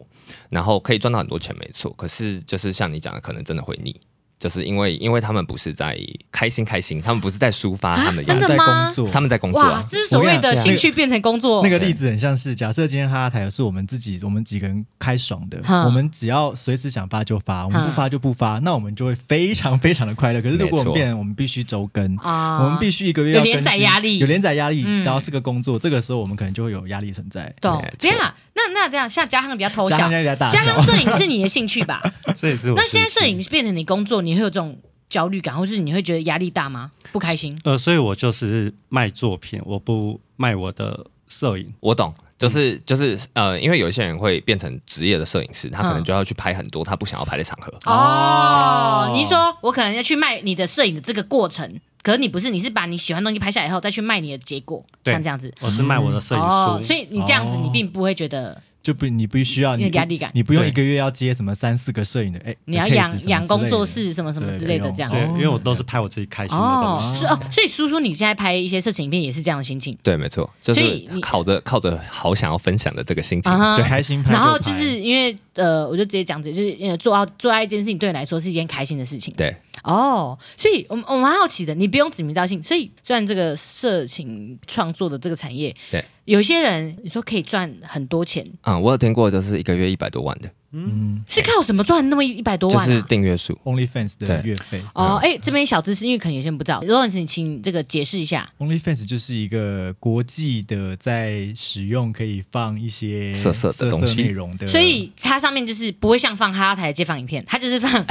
B: 然后可以赚到很多钱，没错。可是就是像你讲的，可能真的会腻，就是因为因为他们不是在开心开心，他们不是在抒发他们
A: 啊真
B: 压
A: 的
B: 力，
C: 在
A: 吗
C: 工作，
B: 他们在工作、
A: 哇，
B: 啊。
A: 这是所谓的兴趣变成工作。
C: 那个例子很像是，假设今天哈哈台是我们自己，我们几个人开爽的
A: 哈，
C: 我们只要随时想发就发，我们
A: 哈
C: 不发就不发，那我们就会非常非常的快乐。可是如果
B: 没错
C: 我们变成我们必须周更，
A: 啊
C: 我们必须一个月要
A: 有连
C: 更新
A: 载压力
C: 有连载压力
A: 嗯，
C: 然后是个工作，这个时候我们可能就会有压力存在。
A: 懂
B: 没错。
A: 这样，那那这样，像嘉亨比较偷
C: 加
A: 笑
C: 上，压力在大
A: 嘉
C: 小，
A: 亨摄影是你的兴趣吧？
D: 这也是我
A: 那现在
D: 兴趣
A: 摄影变成你工作，你会有这种焦虑感，或是你会觉得压力大吗？不开心？
D: 呃，所以我就是卖作品，我不卖我的摄影。
B: 我
A: 嗯
B: 懂，就是就是呃，因为有一些人会变成职业的摄影师，他
A: 嗯
B: 可能就要去拍很多他不想要拍的场合。
A: 哦
C: 哦，
A: 你是说我可能要去卖你的摄影的这个过程，可是你不是，你是把你喜欢的东西拍下来以后，再去卖你的结果，
D: 对
A: 像这样子。
D: 我是卖我的摄影书，
A: 哦，所以你这样子，
C: 哦
A: 你并不会觉得
C: 就不你必须要
A: 有
C: 你
A: 压力感
C: 你不用
D: 对
C: 一个月要接什么三四个摄影的，哎，
A: 你要
C: case
A: 养
C: 什么之
A: 养工
C: 类
A: 作
C: 的
A: 室什么什么
C: 对
A: 之类的
C: 没有
A: 这样。
D: 对，
C: 哦
D: 因为我都是拍我自己开心的东西。
A: 哦，所以哦，所以叔叔，你现在拍一些事情片也是这样的心情，
B: 对，没错，就
A: 所
B: 是
A: 以你
B: 靠着靠着好想要分享的这个心情
A: 啊哈
C: 对，开
B: 嗯
C: 心拍
A: 然后就
C: 拍
A: 是因为呃，我就直接讲直接，就是呃，做到做爱一件事情对你来说是一件开心的事情
B: 对，
A: 哦。所以我们我蛮好奇的，你不用指名道姓。所以虽然这个色情创作的这个产业，
B: 对，
A: 有些人你说可以赚很多钱，
B: 嗯，我有听过，就是一个月一百多万的，
A: 是靠什么赚那么一百多
B: 就
A: 万
B: 是
A: 啊？
B: 订阅数。
C: OnlyFans 的
B: 对
C: 月费。
A: 哦，哎、这边小知识，因为可能有些人不知道，Lawrence，你请这个解释一下。
C: OnlyFans 就是一个国际的，在使用可以放一些
B: 色色的东西
C: 内容的，
A: 所以它上面就是不会像放哈哈台的街访影片，它就是 放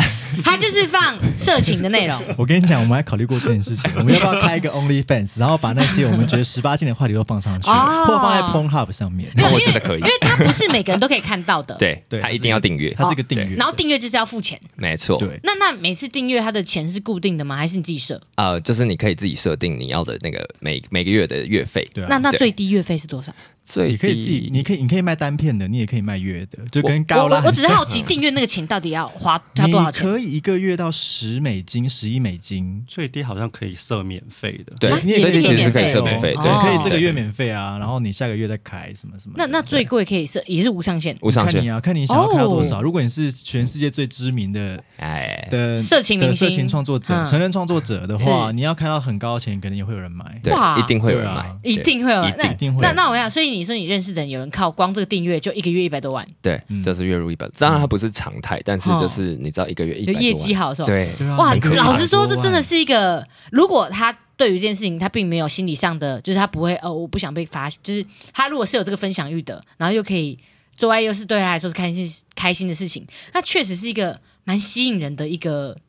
A: 它就是放色情的内容。
C: 我跟你讲，我们还考虑过这 件事情，我们要不要开一个 OnlyFans，然后把那些我们觉得十八禁的话题都放上去，
A: 哦
C: 或放在 Pornhub 上面，
B: 那 我觉得可以
A: 因，为它不是每个人都可以看到的。，
B: 对，
C: 对
B: 他一定要订阅，
C: 它是一个订阅，
A: 然后订阅就是要付钱。
B: 没错，
C: 对
A: 那那每次订阅它的钱是固定的吗？还是你自己设？
B: 呃，就是你可以自己设定你要的那个每每个月的月费，
C: 对啊
A: 那那
B: 对
A: 最低月费是多少？
B: 最
C: 你可以自己，你可以你可以卖单片的，你也可以卖月的，就跟
A: 我
C: 高拉
A: 我
C: 很
A: 我只是
C: 像
A: 好奇订阅那个钱到底要花要
C: 你
A: 多少钱？
C: 可以一个月到十美金、十一美金。
D: 最低好像可以设免费的，
B: 对
A: 啊，
C: 你
A: 也
C: 可
A: 是可以
C: 以自己
A: 免
C: 设
A: 费
C: 哦
B: 免费
C: 你
A: 对
C: 可以
A: 对
C: 这个月免费啊，然后你下个月再开什么什么的。
A: 那那最贵可以设也是无上限。
B: 无上
C: 看你
B: 限，
C: 啊，看你想要看到多少。
A: 哦
C: 如果你是全世界最知名的
B: 哎，
C: 的
A: 色情明
C: 的
A: 星
C: 色情创作者、
A: 嗯
C: 成人创作者的话，
A: 是
C: 你要开到很高的钱，可能也会有人买。
B: 对
A: 哇，
B: 一定会有人
C: 对啊
B: 买，
A: 一定会有
B: 一
A: 那
B: 定
C: 定会
A: 那
C: 有
A: 那我想，所以你说你认识的人，有人靠光这个订阅就一个月一百多万，
B: 对，就是月入一百，当然它不是常态，但是就是你知道一个月一
A: 嗯就
B: 百，
A: 业绩好的时候，
B: 对，
C: 对啊，
A: 哇
C: 一个，月
A: 老
C: 100
A: 实说，
C: 多
A: 这
C: 万
A: 真的是一个，如果他对于这件事情他并没有心理上的，就是他不会哦，我不想被发，就是他如果是有这个分享欲的，然后又可以做爱，又是对他来说是开心开心的事情，那确实是一个蛮吸引人的一个嘖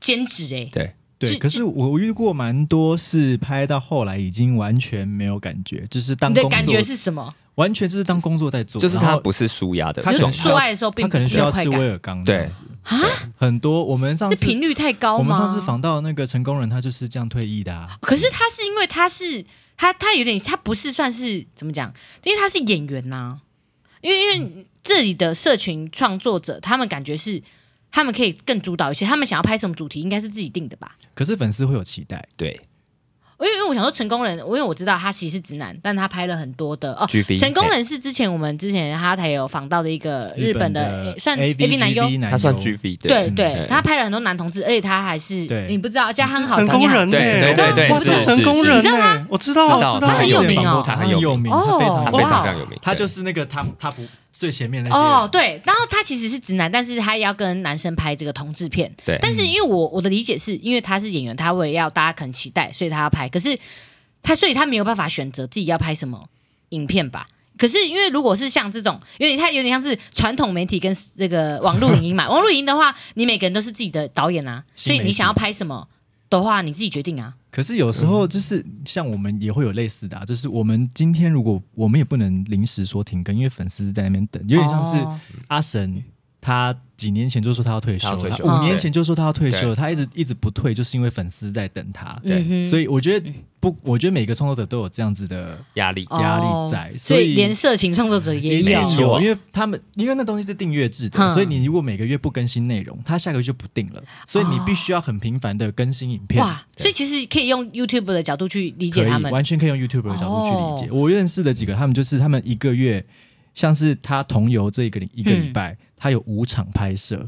A: 兼职哎、
B: 对，
A: 这
C: 对。可是我我遇过蛮多是拍到后来已经完全没有感觉，就是当
A: 你的
C: 工作
A: 感觉是什么？
C: 完全就是当工作在做，
B: 就是
C: 然
B: 它
C: 后
B: 不是舒压的
C: 他可
B: 状
C: 能
A: 就是
B: 态
C: 需
A: 做
C: 要
A: 爱的时候并
C: 他可能需
A: 没有
C: 要
A: 快
C: 吃
A: 感啊
C: 威尔刚
B: 对
C: 这样子很多。我们上
A: 是
C: 次
A: 频率太高吗？
C: 我们上次访到那个成功人，他就是这样退役的啊。
A: 可是他是因为他是他他有点他不是算是怎么讲？因为他是演员呐、因为因为这里的社群创作者，他们感觉是他们可以更主导一些，他们想要拍什么主题，应该是自己定的吧？
C: 可是粉丝会有期待，
B: 对
A: 因为因为我想说成功人，因为我知道他其实是直男，但他拍了很多的哦。
B: ，GV
A: 成功人是之前我们之前哈台有访到的一个日本的
C: 的
A: 诶算
C: A
A: A
C: V
A: V 男优，
B: 哎他算
A: 对
B: GV 对
A: 对，
B: 嗯
A: 他拍了很多男同志，而且他还是
C: 对
A: 你不知道，加他很好
D: 成功人
A: 惊讶
B: 对对
D: 耶
B: 对对
D: 哇，
A: 是
D: 这
A: 是
D: 成功
B: 是
D: 人
A: 你知道
D: 耶
A: 吗
D: 我知道，
B: 知道
D: 我知道，
B: 他很有名
A: 哦
C: 他
B: 他很有
C: 有
B: 名
C: 名，
A: 哦
C: 他非常
B: 他
C: 有
B: 非
C: 名
A: 哇
B: 常非常有名，
C: 他
B: 对
C: 就是那个他他不最前面那些
A: 哦，对，然后他其实是直男，但是他要跟男生拍这个同志片。
B: 对
A: 但是因为我我的理解是，因为他是演员，他为了要大家肯期待，所以他要拍。可是他，所以他没有办法选择自己要拍什么影片吧？可是因为如果是像这种，有点他有点像是传统媒体跟这个网络影音嘛。网络影音的话，你每个人都是自己的导演啊，所
C: 嗯新媒体
A: 以你想要拍什么的话，你自己决定啊。
C: 可是有时候就是像我们也会有类似的、啊，就是我们今天如果我们也不能临时说停更，因为粉丝在那边等，有点像是
A: 哦
C: 阿神他几年前就说他要退休，
B: 他要退休
C: 五年
A: 嗯
C: 前就说他要退休，
B: 对
C: 他一直一直不退，就是因为粉丝在等他。
B: 对
A: 嗯哼
C: 所以我觉得不，我觉得每个创作者都有这样子的
B: 压力。
A: 哦
C: 压力在
A: 所
C: 所以
A: 以连色情创作者也嗯
C: 没
A: 有
B: 错
C: 有，因为他们因为那东西是订阅制的，
A: 哼
C: 所以你如果每个月不更新内容，他下个月就不定了，所以你必须要很频繁的更新影片。
A: 哦哇，所以其实可以用 YouTube 的角度去理
C: 可
A: 解
C: 以
A: 他们。哦
C: 完全可以用 YouTube 的角度去理解。我认识的几个，他们就是他们一个月，像是他同游这一个礼一个礼
A: 嗯
C: 拜，他有五场拍摄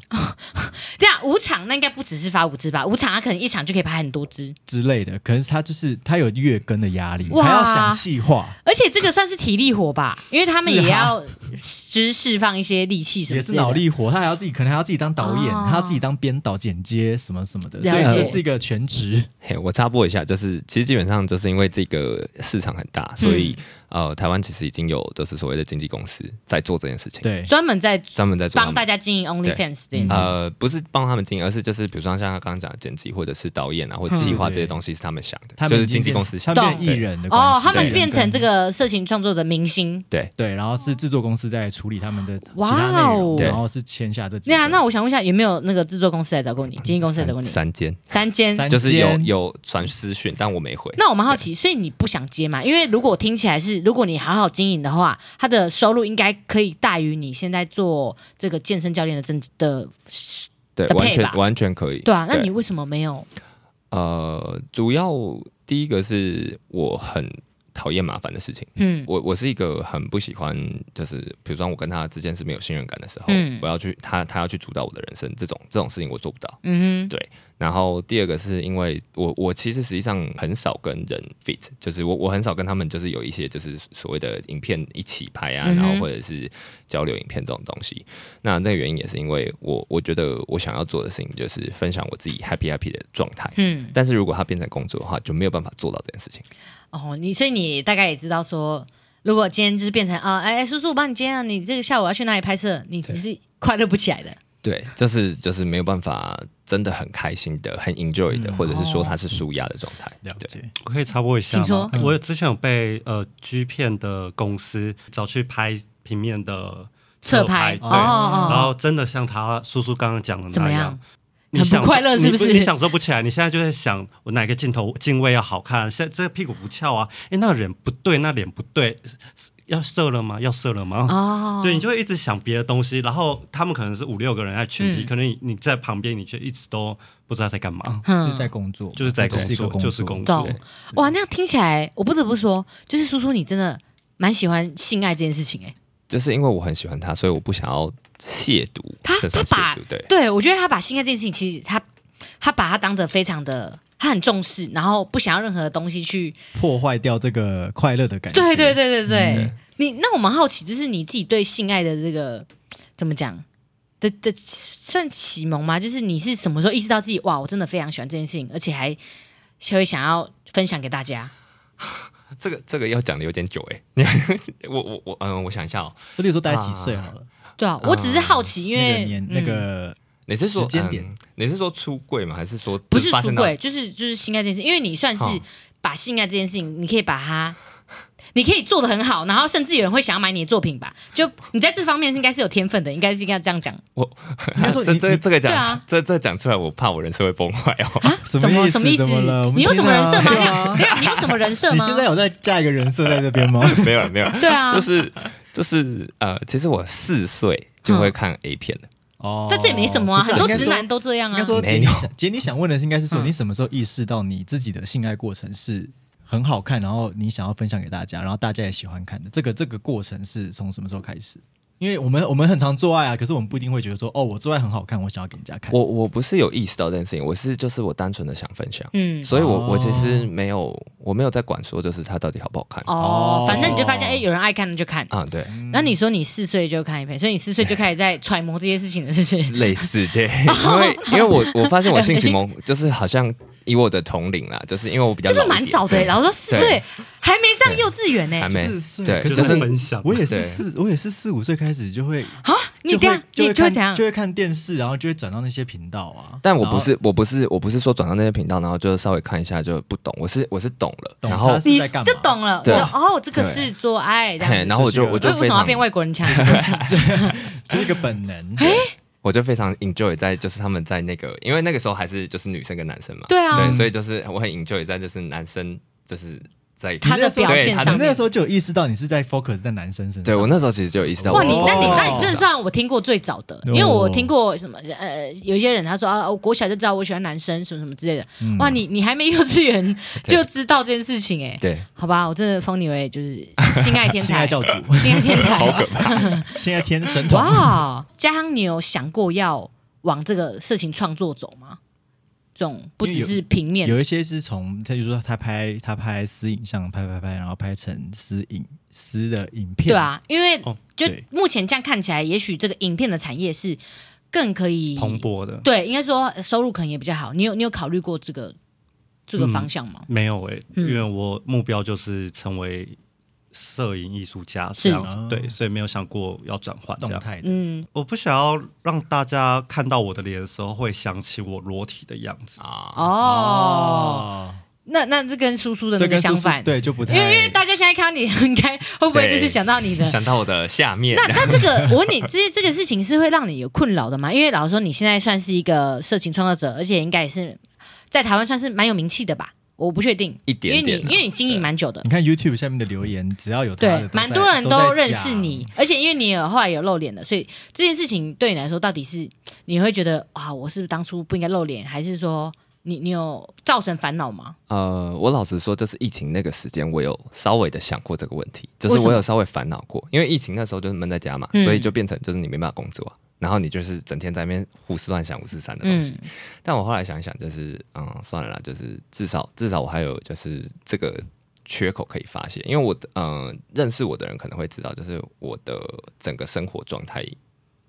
A: 对啊，五场那应该不只是发五支吧？五场他可能一场就可以拍很多支，
C: 之类的，可能他就是他有月更的压力，
A: 哇
C: 还要想气化，
A: 而且这个算是体力活吧，因为他们
C: 是啊
A: 也要只释放一些力气什么
C: 也
A: 之
C: 是
A: 类的。
C: 脑力活，他还要自己可能还要自己当导演，
A: 哦
C: 他要自己当编导、剪接什么什么的，
A: 了
C: 所以
A: 解
C: 这是一个全职。
B: 嘿，我插播一下，就是其实基本上就是因为这个市场很
A: 嗯
B: 大，所以、呃，台湾其实已经有就是所谓的经纪公司在做这件事情，，
C: 对，
A: 专门在
B: 专门在做他
A: 帮
B: 们
A: 大家经营 OnlyFans 这件
C: 嗯啊
A: 事。
B: 呃，不是帮他们经营，而是就是比如说像他刚刚讲的剪辑或者是导演啊，或者计划
C: 嗯
B: 这些东西是他们想的，
C: 他
B: 就
C: 们
B: 是
C: 已
B: 经
C: 经
B: 纪
C: 变
B: 公司想
C: 他
B: 的。
C: 们变
B: 对
C: 艺人的关
A: 哦，
C: 系
A: 他们
C: 对
A: 变成这
C: 对
A: 个色情创作者明星。
B: 对，
C: 对，然后是制作公司在处理他们的其
A: 哇
C: 他
A: 哦
C: 内容，
B: 对
C: 然后是嗯签下这几
A: 对
C: 个。
A: 啊，那我想问一下，有没有那个制作公司来找过你，经纪公司来找过
B: 三
A: 你？
B: 三间，
A: 三间。
C: 三
B: 就是有
C: 间
B: 有传私讯，但我没回。
A: 那我蛮好奇，所以你不想接嘛？因为如果我听起来是，如果你好好经营的话，他的收入应该可以大于你现在做这个健身教练的增的，
B: 对，
A: 的配
B: 完
A: 吧
B: 全完全可以。
A: 对啊。那你为什么没有？
B: 呃，主要第一个是我很讨厌麻烦的事情。
A: 嗯
B: 我我是一个很不喜欢，就是比如说我跟他之间是没有信任感的时候，
A: 嗯
B: 我要去他他要去主导我的人生，这种这种事情我做不到。
A: 嗯哼，
B: 然后第二个是因为我我其实实际上很少跟人 fit，就是我我很少跟他们就是有一些就是所谓的影片一起拍啊，
A: 嗯哼
B: 然后或者是交流影片这种东西。那那个原因也是因为我我觉得我想要做的事情就是分享我自己 happy happy 的状态。
A: 嗯，
B: 但是如果它变成工作的话，就没有办法做到这件事情。
A: 哦，你所以你大概也知道说，如果今天就是变成啊，哎、哎叔叔我帮你接啊，你这个下午要去哪里拍摄，你你是快乐不起来的。
B: 对，就是就是没有办法真的很开心的、很 enjoy
A: 嗯
B: 的，或者是说它是舒压的状态。
C: 了
B: 对，
C: 解，
D: 我可以插播一下吗？嗯
A: 请说
D: 我之前有被呃 G 片的公司找去拍平面的
A: 侧
D: 拍，
A: 拍
D: 对，
A: 哦哦
D: 然
A: 哦，
D: 后真的像他叔叔刚刚讲的
A: 怎么
D: 那
A: 样
D: 样。？
A: 很
D: 你
A: 不
D: 想
A: 快乐
D: 你
A: 是不是
D: 你享受不起来，你现在就在想我哪个镜头镜位要好看，现在这个屁股不翘啊，哎，那个人不对，那脸不对，要射了吗？要射了吗？
A: 哦，
D: 对，你就会一直想别的东西，然后他们可能是五六个人在群
A: 嗯
D: 体，可能你你在旁边，你却一直都不知道在干嘛，
C: 就是
A: 嗯
C: 在工作嘛，
D: 就是在
C: 这
D: 工
C: 是一个
D: 作，
C: 工
D: 就是
C: 作
D: 工作
A: 懂。哇，那样听起来，我不得不说，就是叔叔你真的蛮喜欢性爱这件事情哎、
B: 就是因为我很喜欢它，所以我不想要亵渎
A: 他
B: 这
A: 他
B: 算
A: 把
B: 亵渎，对。
A: 对我觉得他把性爱这件事情，其实他他把它当得非常的，他很重视，然后不想要任何的东西去，
C: 破坏掉这个快乐的感觉。
A: 对对对对对。
B: 嗯
A: 你那我蛮好奇，就是你自己对性爱的这个怎么讲的的算启蒙吗？就是你是什么时候意识到自己哇，我真的非常喜欢这件事情，而且还会想要分享给大家？
B: 这个这个要讲的有点久哎、欸， 我我我嗯，我想一下哦，
C: 例如说大概几岁好了，
A: 对啊，我只是好奇，因
C: 那
A: 为
C: 个年
A: 嗯
C: 那个
B: 你是说
C: 时间点
B: 嗯你是说出柜吗？还是说
A: 不
B: 就是发
A: 出
B: 生到
A: 轨，就是就是性爱这件事，因为你算是
B: 哦
A: 把性爱这件事情，你可以把它，你可以做的很好，然后甚至有人会想要买你的作品吧？就你在这方面是应该是有天分的，应该是应该这样讲。
C: 应该 说
B: 这
C: 你
B: 这
C: 你
B: 这个讲、
A: 对啊
B: 这这讲出来，我怕我人设会崩坏哦。
C: 什
A: 怎
C: 么
A: 什么意思
C: 怎么了？我？们
A: 你有什么
C: 听
A: 人
C: 啊
A: 设吗？
C: 对
A: 等一下
C: 啊
A: 等一下你有什么人设
C: 你
A: 吗？
C: 现在有在加一个人设在这边吗？
B: 没有没有，
A: 对啊，
B: 就是就是呃，其实我四岁就会
A: 嗯
B: 看 A 片了，
C: 哦
A: 但这也没什么啊，
C: 不是
A: 很多
C: 应该
A: 直
C: 说
A: 男都这样
C: 应
A: 啊
C: 该。说，姐
B: 没
C: 你
B: 有
C: 想姐你想问的是，应该是说
A: 嗯
C: 你什么时候意识到你自己的性爱过程是很好看，然后你想要分享给大家，然后大家也喜欢看的？这个这个过程是从什么时候开始？因为我们我们很常做爱啊，可是我们不一定会觉得说，哦，我做爱很好看，我想要给人家看。
B: 我我不是有意识到这件事情，我是就是我单纯的想分享，
A: 嗯，
B: 所以我、
C: 哦
B: 我其实没有我没有在管说就是它到底好不好看啊、啊
A: 哦
C: 哦，嗯
A: 反正你就发现，哎，有人爱看那就看。
B: 对，
A: 那你说你四岁就看一遍，所以你四岁就开始在揣摩这些事情了，是不是？
B: 类似 对，因为因为我我发现我性启蒙就是好像以我的同龄啦，就是因为我比较
A: 这个
B: 老一
A: 蛮
B: 点
A: 早的欸，老师说四岁还没上幼稚园呢
B: 还。没
C: 四岁
B: 对，
C: 可
B: 就是是
D: 分享，
C: 我也是
B: 对
C: 四，我也是四五岁开始就会
A: 啊，你这样
C: 就
A: 你
C: 会
A: 就会
C: 看
A: 怎样
C: 就？会看电视，然后就会转到那些频道啊。
B: 但我
C: 然后
B: 不是，我不是，我不是说转到那些频道，然后就稍微看一下就不懂，我是我是懂了，
C: 懂
B: 然后
C: 他是
A: 你
C: 在干嘛
A: 就懂了，
B: 对
A: 我哦，这个
B: 对
A: 是做爱这样
B: 嘿
A: 子。
B: 然后我就
C: 这
A: 所以
B: 我
C: 是一个
B: 就
A: 为什么
B: 非
A: 要
B: 常啊
A: 变外国人 腔？
C: 这是一个本能。
B: 我就非常 enjoy 在就是他们在那个，因为那个时候还是就是女生跟男生嘛，
A: 对啊
B: 对，所以就是我很 enjoy 在就是男生就是在
A: 他的表
B: 对
A: 现
B: 他的
A: 上
C: 啊你那
A: 面
C: 个时。候就有意识到你是在 focus 在男生身上。
B: 对我那时候其实就有意识到我，
A: 哇，你那你
C: 哦
A: 那你真的算我听过最早的，因为我听过什么呃，有一些人他说啊，我国小就知道我喜欢男生什么什么之类的。
C: 嗯
A: 哇，你你还没幼稚 园就知道这件事情哎、
B: 对
A: 好吧，我真的封你为 就是性爱天
C: 性
A: 才，
C: 爱 教主，啊
A: 性爱天才。
C: 现在天神童，
A: 哇，家亨，你有想过要往这个事情创作走吗？这种不只是平面，
C: 有一些是从，他就说他拍他拍私影像，拍拍拍，然后拍成私影私的影片，
A: 对，啊，因为
D: 哦
A: 就
C: 对
A: 目前这样看起来，也许这个影片的产业是更可以
D: 蓬勃的。
A: 对，应该说呃收入可能也比较好。你有你有考虑过这个这个方向吗？
D: 没有诶、欸
A: 嗯
D: 因为我目标就是成为摄影艺术家
A: 是
D: 这样子
C: 哦，
D: 对，所以没有想过要转换这
C: 动
D: 样。
C: 态的。
A: 嗯，
D: 我不想要让大家看到我的脸的时候会想起我裸体的样子。
B: 啊，
A: 哦，，那那这跟叔叔的那
C: 这
A: 个
C: 跟
A: 相
C: 叔叔
A: 反，
C: 对就不太，
A: 因为因为大家现在看到你，应该会不会就是
B: 对
A: 想到你的？
B: 想到我的下面
A: 那那这个，我问你，这这个事情是会让你有困扰的吗？因为老实说，你现在算是一个色情创作者，而且应该也是在台湾算是蛮有名气的吧？我不确定，
B: 一点
A: 因
B: 点啊
A: 为你因为你经营蛮久的
C: 你，看 YouTube 下面的留言，只要有他
A: 对
C: 的，，
A: 蛮
C: 在
A: 多人
C: 都在
A: 都认
C: 讲
A: 识你，而且因为你有后来有露脸的，所以这件事情对你来说到底是你会觉得啊，我是不是当初不应该露脸，还是说你你有造成烦恼吗？
B: 呃，我老实说，就是疫情那个时间，我有稍微的想过这个问题，就是
A: 为什么
B: 我有稍微烦恼过，因为疫情那时候就是闷在家嘛，
A: 嗯
B: 所以就变成就是你没办法工作啊、然后你就是整天在那边胡思乱想五四三的东西。
A: 嗯，
B: 但我后来想一想，就是嗯，算了啦，就是至少至少我还有就是这个缺口可以发泄，因为我嗯、认识我的人可能会知道，就是我的整个生活状态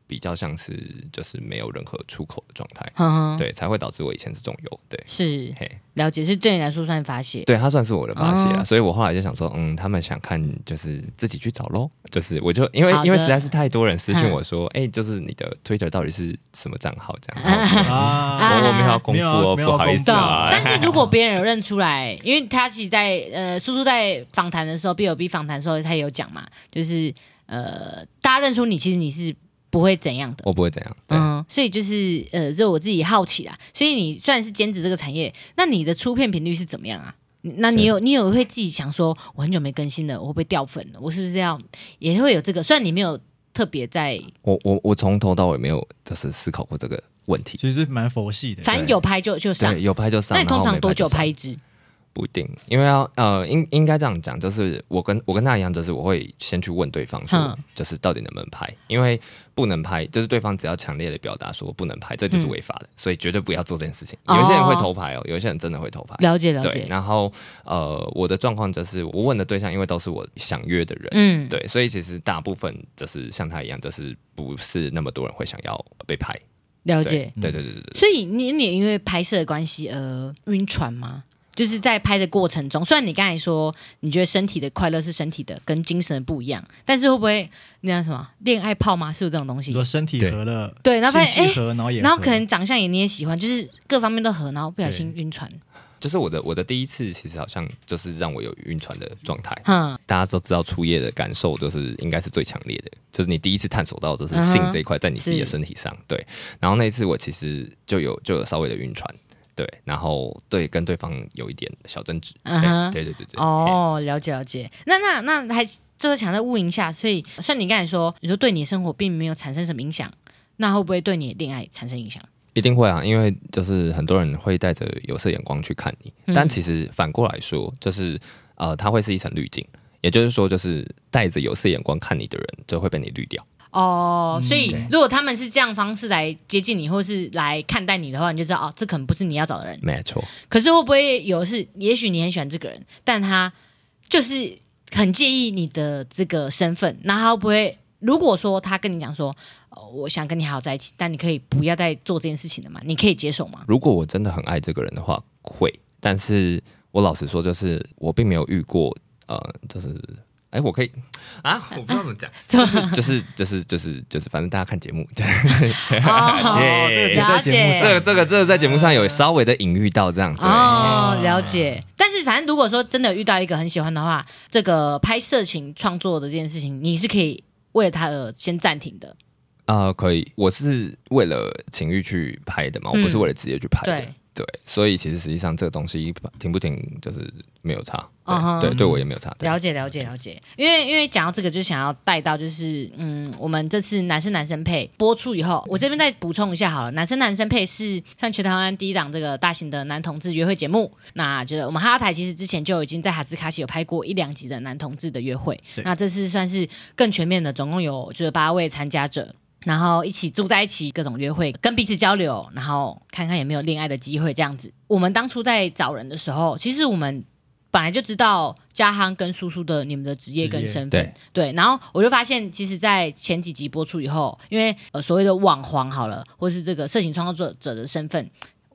B: 比较像是就是没有任何出口的状态，
A: 哼哼，
B: 对，才会导致我以前是中游，对，
A: 是
B: 嘿。
A: 了解，所以对你来说算发泄。
B: 对，它算是我的发泄了，
A: 哦
B: 所以我后来就想说，嗯，他们想看就是自己去找喽，就是我就因为
A: 好的嗯
B: 因为实在是太多人私信我说，哎、就是你的 Twitter 到底是什么账号这样，然后我说
C: 啊，
B: 我我没有要公布哦，
C: 没有没有
B: 不好意思
A: 懂，
B: 啊，
A: 但是如果别人有认出来，因为他其实在呃，叔叔在访谈的时候，B 有 B 访谈的时候，他也有讲嘛，就是呃，大家认出你，其实你是不会怎样的。
B: 我不会怎样，对，
A: 嗯，所以就是呃，这我自己好奇啦。所以你虽然是兼职这个产业，那你的出片频率是怎么样啊？你那你有你有会自己想说，我很久没更新了，我会不会掉粉了？我是不是要也会有这个？虽然你没有特别在，
B: 我我我从头到尾没有就是思考过这个问题，
C: 其实蛮佛系的，
A: 反正有拍就就上
B: 对，。有拍就上，
A: 那你
B: 然
A: 通
B: 后
A: 常
B: 没
A: 多
B: 就
A: 久拍
B: 上
A: 一支？
B: 不一定，因为要呃，应应该这样讲，就是我跟我跟他一样，就是我会先去问对方说
A: 嗯，
B: 就是到底能不能拍，因为不能拍，就是对方只要强烈的表达说不能拍，这就是违法的，所以绝对不要做这件事情。
A: 嗯哦
B: 有些人会偷拍哦，有些人真的会偷拍。
A: 了解了
B: 对，
A: 解，
B: 然后呃，我的状况就是我问的对象，因为都是我想约的人，
A: 嗯，
B: 对，所以其实大部分就是像他一样，就是不是那么多人会想要被拍。
A: 了
B: 对
A: 解，。
B: 对对对对对
A: 所以你你因为拍摄的关系而晕船吗？就是在拍的过程中，虽然你刚才说你觉得身体的快乐是身体的，跟精神的不一样，但是会不会那叫什么恋爱泡吗？是有这种东
C: 你
A: 西
C: 说？身体合了，
A: 对然后发现
C: 信息合，然后也合，
A: 然后可能长相也你也喜欢，就是各方面都合，然后不小心晕船。
B: 就是我的我的第一次，其实好像就是让我有晕船的状态。
A: 哼，
B: 大家都知道初夜的感受就是应该是最强烈的，就是你第一次探索到就是
A: 嗯
B: 性这一块在你自己的身体上，对。然后那一次我其实就有就有稍微的晕船，对，然后对跟对方有一点小争执，
A: 嗯哼
B: 对对对对对，
A: 哦，了解了解。那那那还最后想再问一下，所以虽然你刚才说你说对你生活并没有产生什么影响，那会不会对你的恋爱产生影响？
B: 一定会啊，因为就是很多人会带着有色眼光去看你，
A: 嗯
B: 但其实反过来说，就是呃，它会是一层滤镜，也就是说，就是带着有色眼光看你的人，就会被你滤掉。
A: 哦，所以
B: 对
A: 如果他们是这样方式来接近你，或是来看待你的话，你就知道哦，这可能不是你要找的人。
B: 没错，
A: 可是会不会有是，也许你很喜欢这个人，但他就是很介意你的这个身份，那他会不会？如果说他跟你讲说，呃我想跟你好好在一起，但你可以不要再做这件事情了嘛？你可以接受 吗？
B: 如果我真的很爱这个人的话，会。但是我老实说，就是我并没有遇过，呃，就是哎，我可以啊，我不知道怎么讲，
A: 怎么
B: 就是就是就是就是，反正大家看节目，
A: 哦
B: 耶
A: 了解
B: 这个这个这个在节目上有稍微的隐喻到这样，对，
A: 嗯哦，了解。但是反正如果说真的遇到一个很喜欢的话，这个拍色情创作的这件事情，你是可以为了他而先暂停的。
B: 啊、可以，我是为了情欲去拍的嘛，我不是
A: 嗯
B: 为了职业去拍的。
A: 对
B: 对，所以其实实际上这个东西停不停就是没有差，对、
A: 嗯哼
B: 对，对我也没有差。对
A: 了解，了解，了解。因为因为讲到这个，就想要带到就是，嗯，我们这次男生男生配播出以后，我这边再补充一下好了。男生男生配是算全台湾第一档这个大型的男同志约会节目。那就是我们哈拉台其实之前就已经在哈兹卡西有拍过一两集的男同志的约会，
C: 对
A: 那这次算是更全面的，总共有就是八位参加者。然后一起住在一起，各种约会，跟彼此交流，然后看看有没有恋爱的机会，这样子。我们当初在找人的时候，其实我们本来就知道嘉亨跟叔叔的你们的职业跟
C: 职业
A: 身份，对。然后我就发现，其实，在前几集播出以后，因为呃所谓的网黄好了，或是这个色情创作者的身份，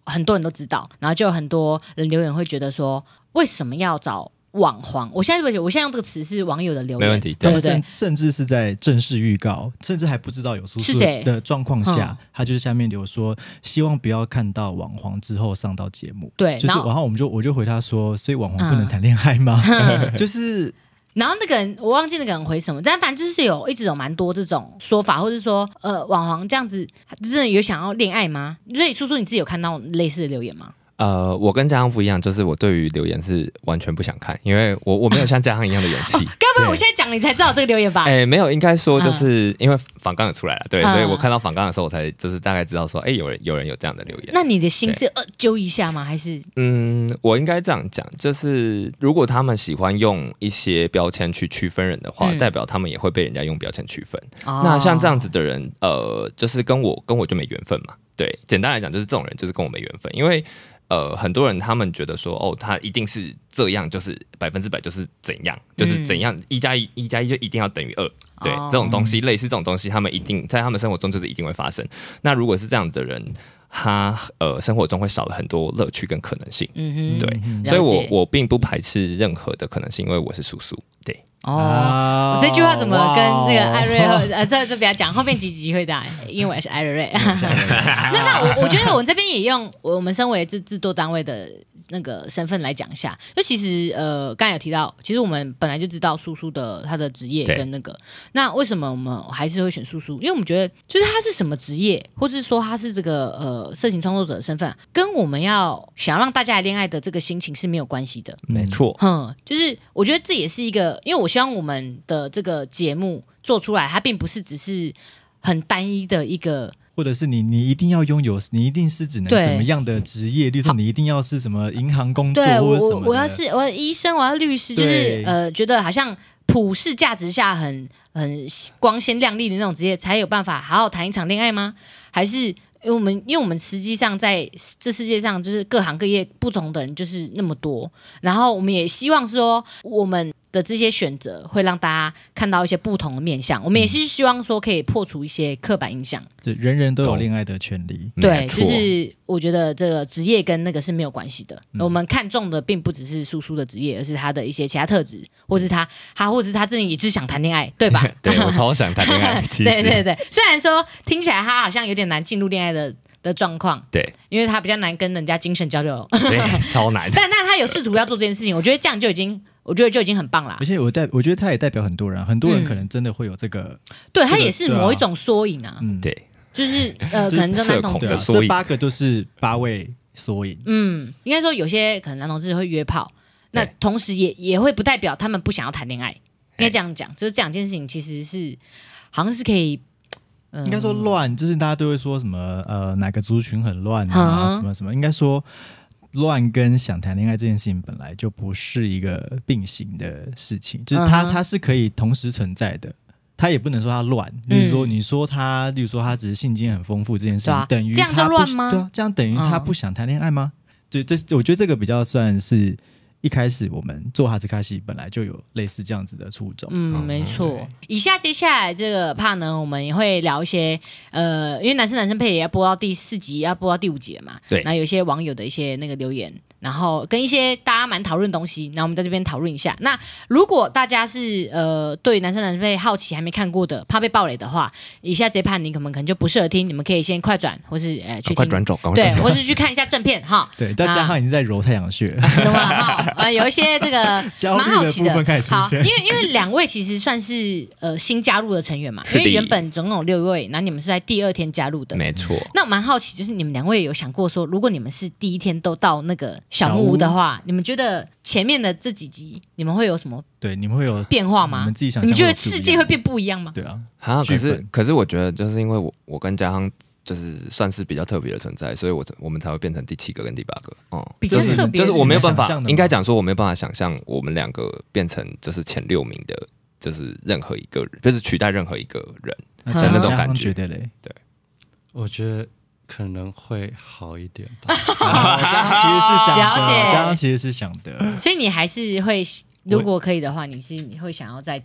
A: 很多人都知道，然后就有很多人留言会觉得说，为什么要找网黄？我现在我现在用这个词是网友的留言，
B: 没问题
A: 对对对
C: 甚，甚至是在正式预告，甚至还不知道有叔
A: 是
C: 叔
A: 谁嗯
C: 的状况下，他就是下面留说希望不要看到网黄之后上到节目。
A: 对
C: 就是
A: 然后嗯
C: 然后我们就我就回他说，所以网黄不能谈恋爱 吗？ 就是
A: 然后那个人我忘记那个人回什么，但反正就是有一直有蛮多这种说法，或者说呃网黄这样子，真的有想要恋爱吗？所以叔叔你自己有看到类似的留言吗？
B: 呃，我跟嘉亨不一样，就是我对于留言是完全不想看，因为我我没有像嘉亨一样的勇 气。
A: 该不会
B: 对
A: 我现在讲你才知道这个留言吧？
B: 哎、没有，应该说就是因为访纲有出来了，对，
A: 啊嗯
B: 所以我看到访纲的时候，我才就是大概知道说，哎、有人有人有这样的留言。
A: 那你的心是呃揪一下吗？还是
B: 嗯，我应该这样讲，就是如果他们喜欢用一些标签去区分人的话，
A: 嗯
B: 代表他们也会被人家用标签区分。
A: 哦
B: 那像这样子的人，呃，就是跟我跟我就没缘分嘛。对，简单来讲，就是这种人就是跟我没缘分，因为呃，很多人他们觉得说，哦，他一定是这样，就是百分之百就是怎样，就是怎样一加一一加一就一定要等于二。对，
A: 嗯哦
B: 这种东西类似这种东西，他们一定在他们生活中就是一定会发生。那如果是这样子的人，他呃生活中会少了很多乐趣跟可能性。
A: 嗯哼
B: 对
A: 了，解
B: 所以我我并不排斥任何的可能性，因为我是叔叔。对，
A: 哦。
C: 啊
A: 我这句话怎么跟那个艾瑞
C: 哇
B: 哦
A: 赫呃，这这不要讲，后面几集会讲，因为我是艾瑞瑞。那那我我觉得我们这边也用我们身为制制作单位的那个身份来讲一下，就其实呃，刚才有提到，其实我们本来就知道叔叔的他的职业
B: 对
A: 跟那个，那为什么我们还是会选叔叔？因为我们觉得就是他是什么职业，或是说他是这个呃色情创作者的身份，跟我们要想要让大家来恋爱的这个心情是没有关系的。
B: 没错。
A: 哼，就是我觉得这也是一个，因为我希望我们的这个节目做出来，它并不是只是很单一的一个
C: 或者是你，你一定要拥有，你一定是只能
A: 对
C: 什么样的职业？例如说，你一定要是什么银行工作
A: 对
C: 或
A: 我
C: 者什
A: 我
C: 么的
A: 我要是我要医生，我要律师，就是
C: 对
A: 呃，觉得好像普世价值下很很光鲜亮丽的那种职业，才有办法好好谈一场恋爱吗？还是因为我们因为我们实际上在这世界上，就是各行各业不同的人就是那么多，然后我们也希望说我们。的这些选择会让大家看到一些不同的面相，我们也是希望说可以破除一些刻板印象。
C: 对人人都有
B: 懂
C: 恋爱的权利。
A: 对，
B: 没错
A: 就是我觉得这个职业跟那个是没有关系的。
B: 嗯
A: 我们看重的并不只是叔叔的职业，而是他的一些其他特质，或是他他或者是他自己也只想谈恋爱，对吧？
B: 嗯 对我超想谈恋爱，其
A: 对对
B: 实
A: 对，虽然说听起来他好像有点难进入恋爱的的状况，
B: 对
A: 因为他比较难跟人家精神交流，
B: 对，超难。
A: 但但他有试图要做这件事情，我觉得这样就已经，我觉得就已经很棒啦
C: 而。且我代，我觉得他也代表很多人啊，很多人
A: 嗯
C: 可能真的会有这个，
A: 对
C: 这
A: 他
C: 个
A: 也是
C: 对啊
A: 某一种缩影啊，
C: 嗯，
B: 对，
A: 就是 呃，
C: 这
A: 可能跟男
B: 社
A: 同
B: 恐
A: 志
C: 对啊，
B: 的缩
C: 这
B: 影
C: 八个都是八位缩影，
A: 嗯，应该说有些可能男同志会约炮，那
B: 对
A: 同时也也会不代表他们不想要谈恋爱，应该这样讲，就是这两件事情其实是好像是可以，嗯
C: 应该说乱，就是大家都会说什么呃哪个族群很乱
A: 嗯
C: 啊，
A: 哼
C: 什么什么，应该说乱跟想谈恋爱这件事情本来就不是一个并行的事情，就是它、
A: 嗯哼
C: 它是可以同时存在的。它也不能说它乱，例如说
A: 嗯
C: 你说他，例如说他只是性经验很丰富这件事
A: 对
C: 情，
A: 啊
C: 等于
A: 这样就
C: 他不
A: 乱吗
C: 对啊，这样等于他
A: 嗯
C: 不想谈恋爱吗？对，这我觉得这个比较算是一开始我们做哈兹卡西本来就有类似这样子的初衷。
A: 嗯，没错。以下接下来这个怕呢，我们也会聊一些呃，因为男生男生配也要播到第四集，要播到第五集了嘛。
B: 对
A: 然后有一些网友的一些那个留言，然后跟一些大家蛮讨论的东西，那我们在这边讨论一下。那如果大家是呃对男生男生配好奇还没看过的，怕被暴雷的话，以下这一趴你可能可能就不适合听，你们可以先快转或是呃去听
B: 赶快。转走，赶快
A: 对
B: 转，走。
A: 或是去看一下正片哈，
C: 对，但嘉
A: 啊
C: 汉已经在揉太阳穴了，
A: 懂吗？哈，呃，有一些这个
C: 焦
A: 蛮好
C: 虑的
A: 奇
C: 部分开始出
A: 好，因
C: 现。
A: 为因为两位其实算是呃新加入的成员嘛，因
B: 是的
A: 为原本总共有六位，那你们是在第二天加入的。
B: 没错，
A: 那我蛮好奇，就是你们两位有想过说，如果你们是第一天都到那个小木屋的话，你们觉得前面的这几集你们会有什么
C: 对，你们会有
A: 变化吗？
C: 你们自己想
A: 你
C: 象
A: 觉得
C: 会不一样
A: 世界会变不一样吗？
C: 对啊，
B: 啊，可
C: 剧
B: 是
C: 本
B: 可是我觉得，就是因为我我跟嘉亨就是算是比较特别的存在，所以我我们才会变成第七个跟第八个。哦、
A: 比较
B: 就是
A: 特别
B: 就是
A: 是
B: 我没有
C: 你们
B: 办
C: 想
B: 法
C: 象的，吗
B: 应该讲说我没有办法想象我们两个变成就是前六名的，就是任何一个人，就是取代任何一个人。
C: 那
A: 像
C: 嘉
A: 那种
C: 嘉
B: 感
C: 汉
B: 觉
C: 觉得嘞，
D: 我觉得可能会好一点 吧。
C: 嘉汉其实是想
A: 了
C: 的
A: 解
C: 嘉汉其实是想的，
A: 所以你还是会，如果可以的话，你是你会想要在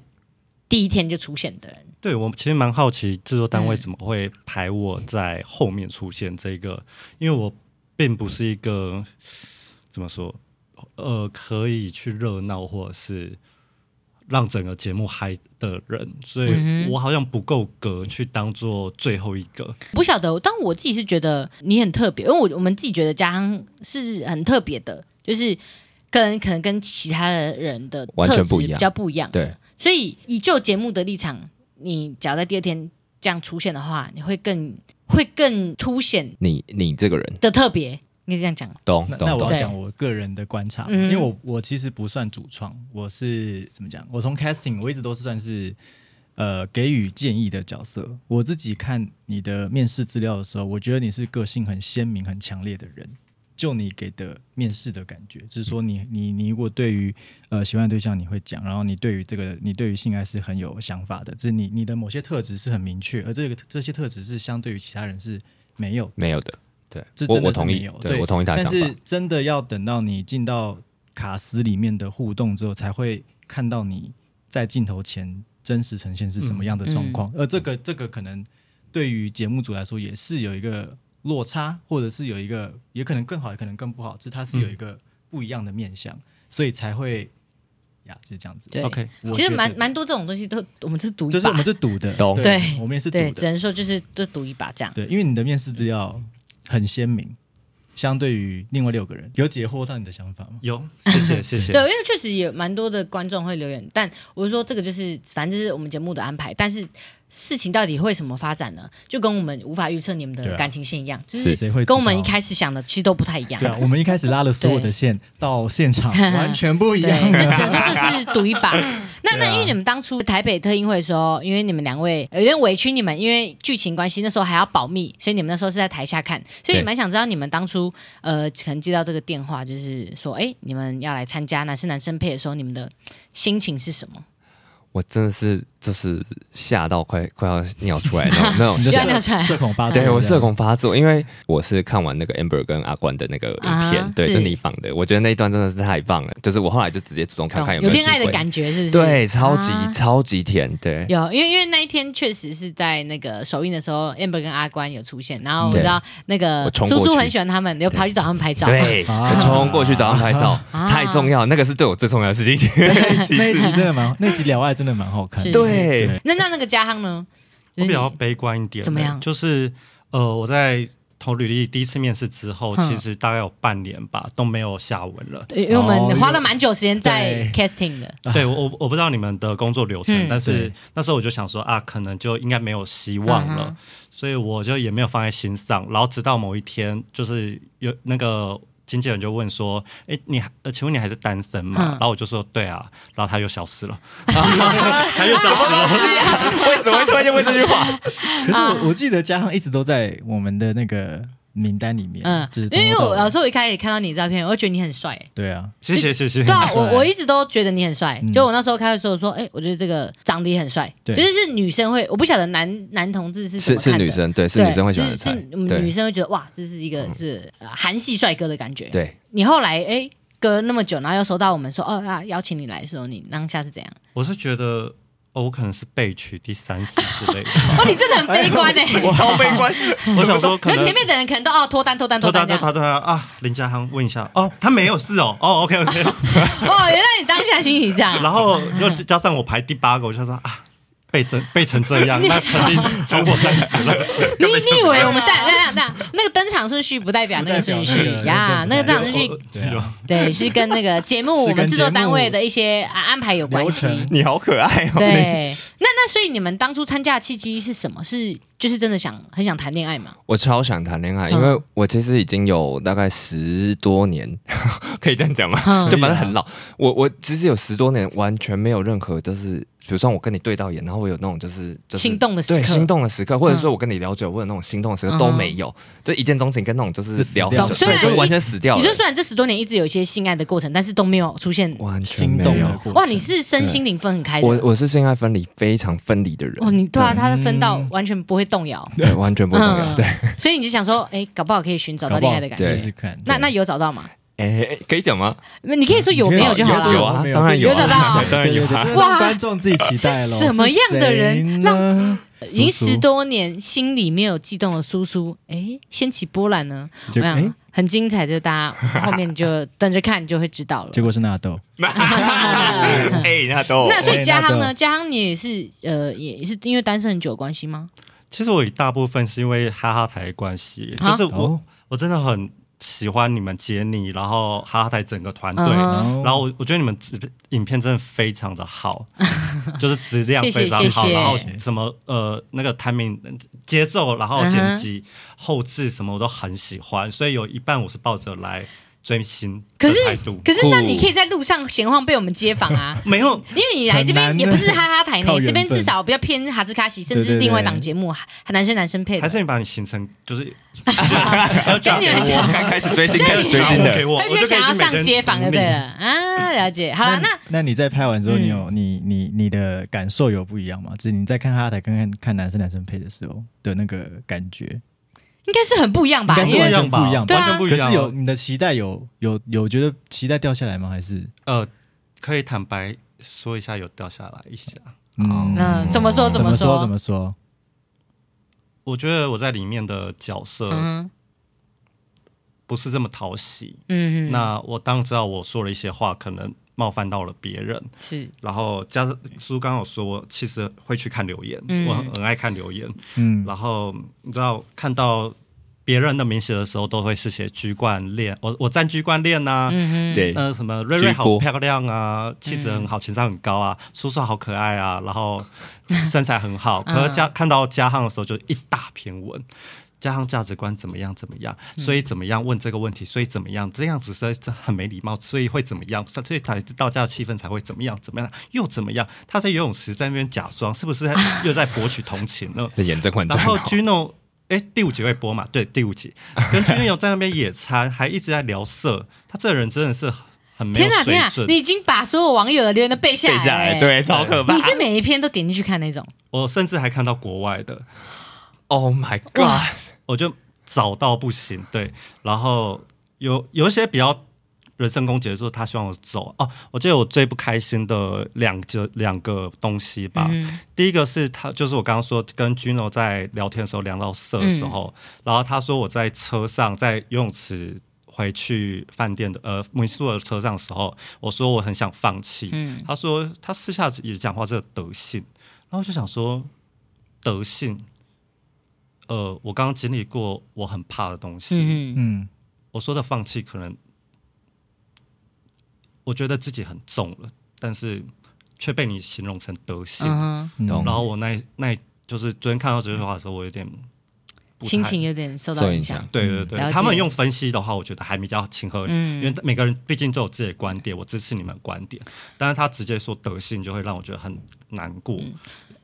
A: 第一天就出现的人。
D: 对我其实蛮好奇制作单位
A: 嗯
D: 怎么会排我在后面出现这个，因为我并不是一个怎么说，呃，可以去热闹或者是让整个节目嗨的人，所
A: 嗯
D: 以
A: 哼
D: 我好像不够格去当做最后一个。
A: 不晓得，但我自己是觉得你很特别，因为我我们自己觉得嘉亨是很特别的，就是跟可能跟其他的人的
B: 完全
A: 特质
B: 不一样
A: 比较不一样。
B: 对，
A: 所以以就节目的立场，你只要在第二天这样出现的话，你会更会更凸显
B: 你你这个人，
A: 的特别。应该这样讲，
B: 懂
C: 那
B: 懂
C: 那我
B: 懂
C: 要，讲我个人的观察，
A: 嗯
C: 因为我我其实不算主创，我是怎么讲？我从 casting 我一直都是算是呃给予建议的角色。我自己看你的面试资料的时候，我觉得你是个性很鲜明、很强烈的人。就你给的面试的感觉，就是说你你你如果对于呃喜欢的对象你会讲，然后你对于这个你对于性爱是很有想法的，就是你你的某些特质是很明确，而这个这些特质是相对于其他人是没有的
B: 没有的，对
C: 这，
B: 我
C: 真的
B: 我
C: 是
B: 同
C: 没
B: 意
C: 有，
B: 对
C: 对
B: 我同意他的
C: 但
B: 想
C: 是
B: 法，
C: 真的要等到你进到卡斯里面的互动之后，才会看到你在镜头前真实呈现是什么样的状
A: 嗯
C: 况。而这个这个可能对于节目组来说也是有一个落差，或者是有一个也可能更好，也可能更不好，就是它是有一个不一样的面向，所以才会呀，就是这样子。
A: 对
D: OK，
C: 我
A: 其实
C: 觉
A: 蛮
C: 得
A: 蛮多这种东西都，我们是赌一把，
C: 就是我们是赌的，
B: 懂
A: 对
C: 我们也是赌
A: 对，
C: 的，
A: 只能说就是都赌一把这样。
C: 对，因为你的面试资料很鲜明，相对于另外六个人，有解惑到你的想法吗？
D: 有，谢 谢谢谢
A: 对，。因为确实也蛮多的观众会留言，但我是说这个就是反正就是我们节目的安排，但是事情到底会什么发展呢？就跟我们无法预测你们
C: 对
A: 的
C: 啊
A: 感情线一样，就是是
C: 谁会知
A: 跟我们一
C: 道
A: 开始想的其实都不太一样。
C: 对啊，我们一开始拉了所有的线，到 现场完全不一
A: 对，
C: 样
A: 就只
C: 啊。
A: 能说这是赌一把。那那因为你们当初台北特映会的时候，因为你们两位有点委屈你们，因为剧情关系那时候还要保密，所以你们那时候是在台下看，所以
B: 对
A: 蛮想知道你们当初呃可能接到这个电话，就是说哎你们要来参加男生男生配的时候，你们的心情是什么？
B: 我真的是就是吓到快快要尿出来 那种那种
C: 你
A: 需
C: 的
B: 吓
A: 要。尿出来
C: 社恐发作，
B: 对我
C: 这样
B: 社。 恐发作，因为我是看完那个 Amber 跟阿关的那个影片，
A: 啊
B: 对，
A: 是
B: 就你放的，我觉得那一段真的是太棒了。就是我后来就直接主动看看
A: 懂
B: 没有
A: 恋爱的
B: 机会
A: 感觉是不是？
B: 对，超级、
A: 啊
B: 超级甜，对，
A: 有，因为因为那一天确实是在那个首映的时候，amber 跟阿关有出现，然后我知道那个
B: 我冲过
A: 苏苏
B: 去
A: 很喜欢他们，有跑去找他们拍照。
B: 对，
C: 啊
B: 我冲过去找他们拍照，
A: 啊
B: 太重要，那个是对我最重要的事情。
C: 那一集真的蛮，那一集聊爱真的蛮好看
A: 是
C: 的。
B: 对，
A: 那那那个嘉亨呢？
D: 我比较
A: 就是
D: 悲观一点，
A: 怎么样
D: 就是呃，我在投履历第一次面试之后，
A: 嗯
D: 其实大概有半年吧都没有下文了。
A: 你对，因为我
C: 哦
A: 们
C: 有
A: 花了蛮久时间在 casting 的，
D: 对我，我我不知道你们的工作流程，
A: 嗯
D: 但是
C: 对
D: 那时候我就想说啊，可能就应该没有希望了，
A: 嗯
D: 所以我就也没有放在心上。然后直到某一天，就是有那个经纪人就问说：“哎，你还呃，请问你还是单身吗？”
A: 嗯
D: 然后我就说：“对啊。”然后他又消失 了，他又消失了。
A: 啊
B: 为什么会突然间问这句 话？
C: 可是我我记得嘉亨一直都在我们的那个名单里面，
A: 嗯
C: 只是，从
A: 因为
C: 头到
A: 我
C: 尾
A: 老师我一开始看到你的照片，我就觉得你很帅、欸
C: 对啊，
D: 谢谢谢谢。
A: 对啊，我
C: 帅
A: 我一直都觉得你很帅，
C: 嗯
A: 就我那时候开会的时候说，哎、我觉得这个长得也很帅，
C: 对
A: 就是是女生会，我不晓得男男同志是怎
B: 是
A: 么看
B: 是
A: 的，
B: 女生，对，是
A: 对
B: 女生会喜欢的
A: 是嗯
B: 菜
A: 是，我们女
B: 对嗯
A: 生会觉得哇，这是一个是呃韩系帅哥的感觉。
B: 对，
A: 你后来哎隔那么久，然后又收到我们说哦啊邀请你来的时候，你当下是怎样？
D: 我是觉得，哦，我可能是被取第三十之 类的
A: 哦，
D: 吧。
A: 你真的很悲观哎、
B: 我超悲观，
D: 我想说，可
A: 可
D: 能
A: 是前面的人可能都哦脱单脱单脱
D: 他
A: 单这
D: 他
A: 样，
D: 他他啊，林家航问一下，哦，他没有事哦，哦，OK OK，
A: 哦，原来你当下心情这样啊、
D: 然后又加上我排第八个，我就说啊，被成被成这样，那肯定超过三十了。
A: 你你以为我 们下 那那那那个登场顺序不代表那个顺序
C: 不代表
A: 呀？那
C: 那
A: 个
C: 个
A: 登场顺序
C: 对啊，
A: 对是跟那个节目
C: 是跟
A: 我们制作单位
C: 节目
A: 的一些啊安排有关系
C: 流。程
B: 你好可爱哦。你
A: 对，那那所以你们当初参加的契机是什么？是就是真的想很想谈恋爱嘛？
B: 我超想谈恋爱，
A: 嗯
B: 因为我其实已经有大概十多年， 可以这样讲吗？
A: 嗯
B: 就反正很老。我我其实有十多年完全没有任何，就是比如说我跟你对到眼，然后我有那种就是就是
A: 心动的时刻
B: 对心动的时刻，或者说我跟你了解，我有那种心动的时刻
A: 嗯
B: 都没有，就一见钟情跟那种就是
C: 就死
B: 聊很
C: 掉
B: 久，
C: 了
A: 虽然
B: 对，就是完全死掉
A: 你
B: 了
A: 说，虽然这十多年一直有一些性爱的过程，但是都没有出现
B: 完全
C: 心
B: 没
C: 动
B: 有
C: 的。过程
A: 哇！你是身心灵分很开的，
B: 我我是性爱分离非常分离的人，
A: 哦，你对啊，
B: 对
A: 他的分到完全不会动摇，
B: 对，完全不重要
A: 嗯。
B: 对，
A: 所以你就想说，哎，搞不好可以寻找到
C: 搞不
A: 恋
C: 好
A: 爱的感
B: 对
A: 觉。
C: 试试看。
A: 那
C: 对
A: 那有找到吗？
B: 哎，可以 讲吗？
A: 你可以说有没有就好
B: 有
A: 了。
B: 啊
C: 没
B: 当然有
A: 啊有找到啊
B: 当然有啊
C: 对对对这
A: 哇
C: 让观众自己期待了。
A: 是什么样的人
C: 是谁呢？
A: 已经十
C: 叔
A: 多年，心里面有悸动的苏苏，哎，掀起波澜呢。我
C: 结果
A: 想
C: 哎，
A: 很精彩，就大家后面就 等着看就会知道了
C: 结。果是纳豆，
B: 哎，那
D: 哦
B: 都
A: 那所以嘉
C: 哎
A: 航
C: 那
A: 呢？
C: 个
A: 嘉航你也是呃，也是因为单身很久的关系吗？
D: 其实我一大部分是因为哈哈台的关系，
A: 啊
D: 就是我、
C: 哦
D: 我真的很喜欢你们杰尼，然后哈哈台整个团队。
A: 嗯哼
C: 然
D: 然后我我觉得你们质影片真的非常 的好，就是质量
A: 谢谢
D: 非常好，
A: 谢谢
D: 然后什么呃那个 timing 节奏，然
A: 嗯
D: 后剪辑、后置什么我都很喜欢，所以有一半我是抱着来追星
A: 可
D: 的
A: 是
D: 态度。。
A: 可是
B: 酷
A: 那你可以在路上闲晃被我们街访啊
D: 没有
A: 因为你来这边
C: 很难
A: 也不是哈哈台
C: 靠
A: 内，
C: 缘
A: 这
C: 分
A: 边至少比较偏哈兹卡西，甚至
C: 对
A: 是
C: 对
A: 另外一
C: 对
A: 档节目，还男生男生配的
D: 还。是你把你行程 就是
A: 跟你们
B: 我
A: 讲，
B: 刚开始追星，
A: 所以
B: 开始追星
D: 你
B: 的
D: 给。我，
A: 他
D: 我
A: 今
D: 就
A: 天
D: 可
A: 想要
D: 以去每
A: 上
D: 天
A: 街访
D: 堵
A: 就
D: 你
A: 对了啊，了解。好了，那
C: 那你在拍完之后，
A: 嗯
C: 你有你你你的感受有不一样吗？就是你在看哈哈台跟看看男生男生配的时候的那个感觉，
A: 应该是很不一样吧
C: 应？该
A: 因
C: 是
A: 为
C: 完全不一样吧，
A: 对啊
D: 完全不一样哦
C: 可是有你的期待有有有觉得期待掉下来吗？还是
D: 呃，可以坦白说一下，有掉下来一下。
C: 嗯
A: 嗯，怎么说
C: 怎
A: 么
C: 说怎么说？
D: 我觉得我在里面的角色
A: 嗯
D: 不是这么讨喜。
A: 嗯嗯，
D: 那我当然知道我说了一些话，可能冒犯到了别人。
A: 是
D: 然后加上苏刚有说，我其实会去看留言，
A: 嗯
D: 我很很爱看留言。
C: 嗯，
D: 然后你知道看到别人的名写的时候，都会是写居冠恋，我我占居冠恋啊呐、
A: 嗯嗯，
B: 对，
D: 那呃什么瑞瑞
B: 居
D: 好
B: 锅
D: 漂亮啊，气质很好，情商很高啊，叔叔好可爱啊，然后身材很好。可是加看到加航的时候，就一大篇文。加上价值观怎么样怎么样，所以怎么样问这个问题，所以怎么样这样子是这很没礼貌，所以会怎么样，所以才知道这样气氛才会怎么样怎么样又怎么样。他在游泳池在那边假装，是不是在又在博取同情呢？
B: 眼正换
D: 然
B: 转
D: 后
B: 哦。
D: Gino，哎，第五集会播嘛？对，第 五集跟 Gino 在那边野餐，还一直在聊色。他这个人真的是很没有
A: 天哪
D: 水
A: 天哪，
D: 准
A: 你。已经把所有网友的留言都背下
B: 背下
A: 来
B: 来，
A: 了，欸
B: 对，超可怕
A: 你。是每一篇都点进去看那种，
D: 我甚至还看到国外的，
B: Oh my god！
D: 我就找到不行。对，然后有有一些比较。人身攻击的时候，他希望我走哦。我记得我最不开心的两个两个东西吧，
A: 嗯
D: 第一个是他，就是我刚刚说跟 Gino 在聊天的时候聊到色的时候，
A: 嗯
D: 然后他说我在车上在游泳池回去饭店的呃民宿的车上的时候，我说我很想放弃，
A: 嗯
D: 他说他私下也讲话这个德性，然后我就想说德性，呃，我刚刚经历过我很怕的东西，
A: 嗯嗯
C: 嗯
D: 我说的放弃，可能我觉得自己很重了，但是却被你形容成德性。
A: 嗯
C: 嗯
B: 懂
D: 然后我那一那一就是昨天看到这句话的时候，我有点不
A: 哼，
D: 太
A: 心情。有点受到
B: 受
A: 影
B: 影
A: 响
B: 响。
D: 对对对
A: 了解，
D: 他们用分析的话，我觉得还比较亲和力，
A: 嗯
D: 因为每个人毕竟都有自己的观点，我支持你们的观点。但是他直接说德性，就会让我觉得很难过。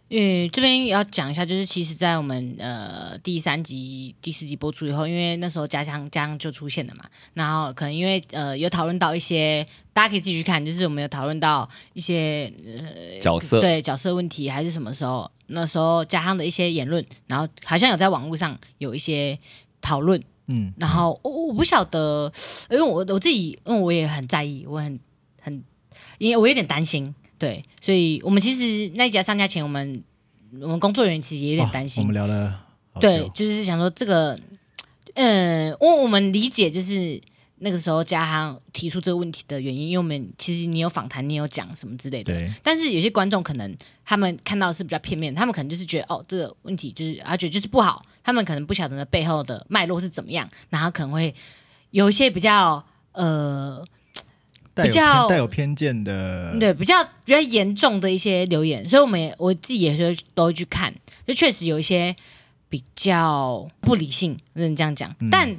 A: 嗯，这边也要讲一下，就是其实，在我们呃第三集、第四集播出以后，因为那时候家乡家乡就出现了嘛，然后可能因为呃有讨论到一些，大家可以自己去看，就是我们有讨论到一些
B: 角色
A: 对角色问题还是什么时候，那时候加上的一些言论，然后好像有在网络上有一些讨论。
C: 嗯，
A: 然后哦我我不晓得，因为我我自己，因为我也很在意，我很很，因为我有点担心，对，所以我们其实那一集要上架前，我们我们工作人员其实也有点
C: 哇
A: 担
C: 哦我
A: 心
C: 们，聊了哦好久，
A: 对，就是想说这个，嗯，因为我们理解就是那个时候嘉航提出这个问题的原因，因为我们其实你有访谈，你有讲什么之类的，
C: 对
A: 但是有些观众可能他们看到的是比较片面，他们可能就是觉得哦这个问题就是啊觉得就是不好，他们可能不晓得那背后的脉络是怎么样，然后可能会有一些比较呃
C: 带有
A: 比较
C: 偏带有偏见的，
A: 对比较呃比较严重的一些留言，所以我们也我自己也是都会去看，就确实有一些比较不理性，只能这样讲。但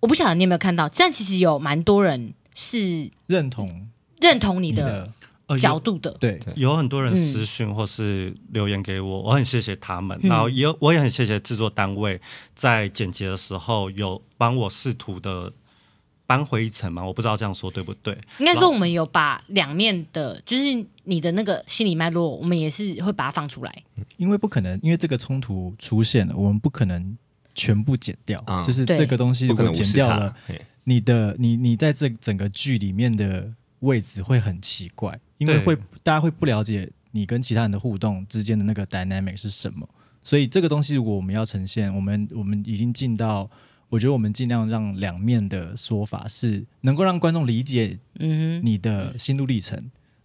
A: 我不晓得你有没有看到，但其实有蛮多人是
C: 认同
A: 认同你
C: 你
A: 的
C: 的，哦
D: 呃
A: 角
D: 有
A: 度的，
C: 对，
D: 有很多人私讯或是留言给我，我很谢谢他们，
A: 嗯
D: 然后也有我也很谢谢制作单位在剪辑的时候有帮我试图的扳回一城嘛，我不知道这样说对不 对？
A: 应该说我们有把两面的，就是你的那个心理脉络，我们也是会把它放出来。
C: 因为不可能，因为这个冲突出现了，我们不可能全部剪掉，
B: 嗯
C: 就是
A: 对
C: 这个东西
B: 不
C: 如
B: 可
C: 果
B: 能无
C: 剪
B: 视
C: 掉
B: 他
C: 了，。
B: 嘿
C: 你的你你在这整个剧里面的位置会很奇怪，因为
D: 对
C: 会大家会不了解你跟其他人的互动之间的那个 dynamic 是什么，所以这个东西如果我们要呈现，我们我们已经进到。我觉得我们尽量让两面的说法是能够让观众理解
A: 嗯
C: 你的心路历程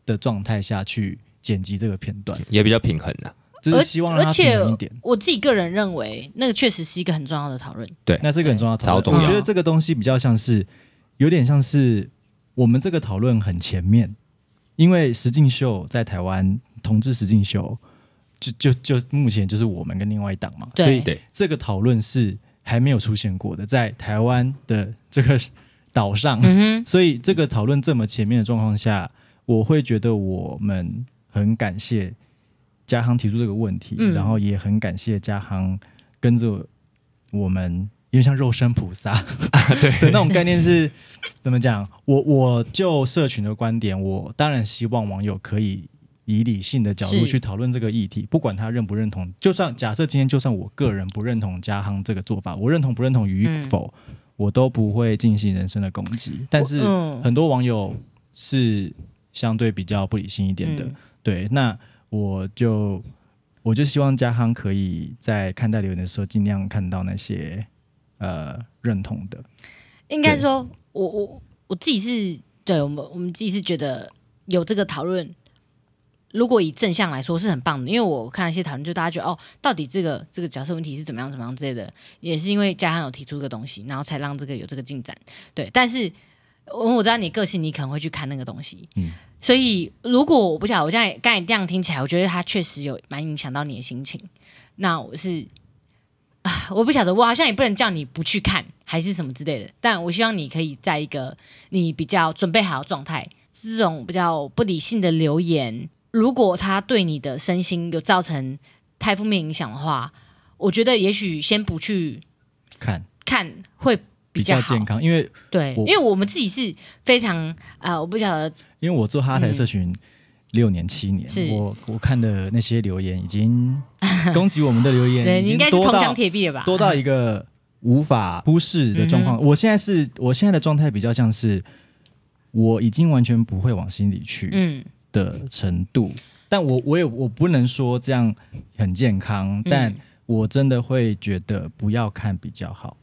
C: 的状态下去剪辑这个片段，
B: 也比较平衡啊。
C: 就
A: 嗯而
C: 是希望让
A: 而
C: 它
A: 且
C: 平衡一点。
A: 我自己个人认为，那个确实是一个很重要的讨论。
B: 对，
C: 那是一个很重要的
B: 超
C: 讨论。
B: 重
A: 要
C: 我觉得这个东西比较像是，有点像是我们这个讨论很前面，因为石进秀在台湾同志石进秀，就就就目前就是我们跟另外一档嘛，
A: 对
C: 所以
B: 对
C: 这个讨论是还没有出现过的，在台湾的这个岛上，
A: 嗯
C: 所以这个讨论这么前面的状况下，我会觉得我们很感谢嘉航提出这个问题，
A: 嗯
C: 然后也很感谢嘉航跟着我们，因为像肉身菩萨 对的那种概念是 怎么讲？我我就社群的观点，我当然希望网友可以。以理性的角度
A: 是
C: 去讨论这个议题，不管他认不认同，就算假设今天就算我个人不认同嘉航这个做法，我认同不认同与
A: 嗯
C: 否，我都不会进行人身的攻击。但是
A: 嗯
C: 很多网友是相对比较不理性一点的，
A: 嗯
C: 对，那我就我就希望嘉亨可以在看待留言的时候，尽量看到那些呃认同的，
A: 应该说，我我我自己是对我们我们自己是觉得有这个讨论，如果以正向来说是很棒的，因为我看一些讨论，就大家觉得哦，到底这个这个角色问题是怎么样怎么样之类的，也是因为嘉汉有提出这个东西，然后才让这个有这个进展。对，但是我我知道你个性，你可能会去看那个东西，
C: 嗯
A: 所以如果我不晓得，我这样刚才这样听起来，我觉得它确实有蛮影响到你的心情。那我是啊，我不晓得，我好像也不能叫你不去看还是什么之类的，但我希望你可以在一个你比较准备好的状态，这种比较不理性的留言，如果它对你的身心有造成太负面影响的话，我觉得也许先不去
C: 看
A: 看会
C: 比
A: 较
C: 较
A: 好。
C: 健康，因为
A: 对，
C: 我
A: 因为我们自己是非常啊、我不晓得
C: 因为我做哈台社群六年七年，
A: 嗯是
C: 我我看的那些留言已经 攻击我们的留
A: 对，
C: 言，
A: 你应该是
C: 多
A: 铜
C: 到
A: 墙铁壁了吧？
C: 多到一个无法忽视的状况。我现在是我现在的状态比较像是，我已经完全不会往心里去
A: 嗯
C: 的程度，但我我也我不能说这样很健康，但我真的会觉得不要看比较好。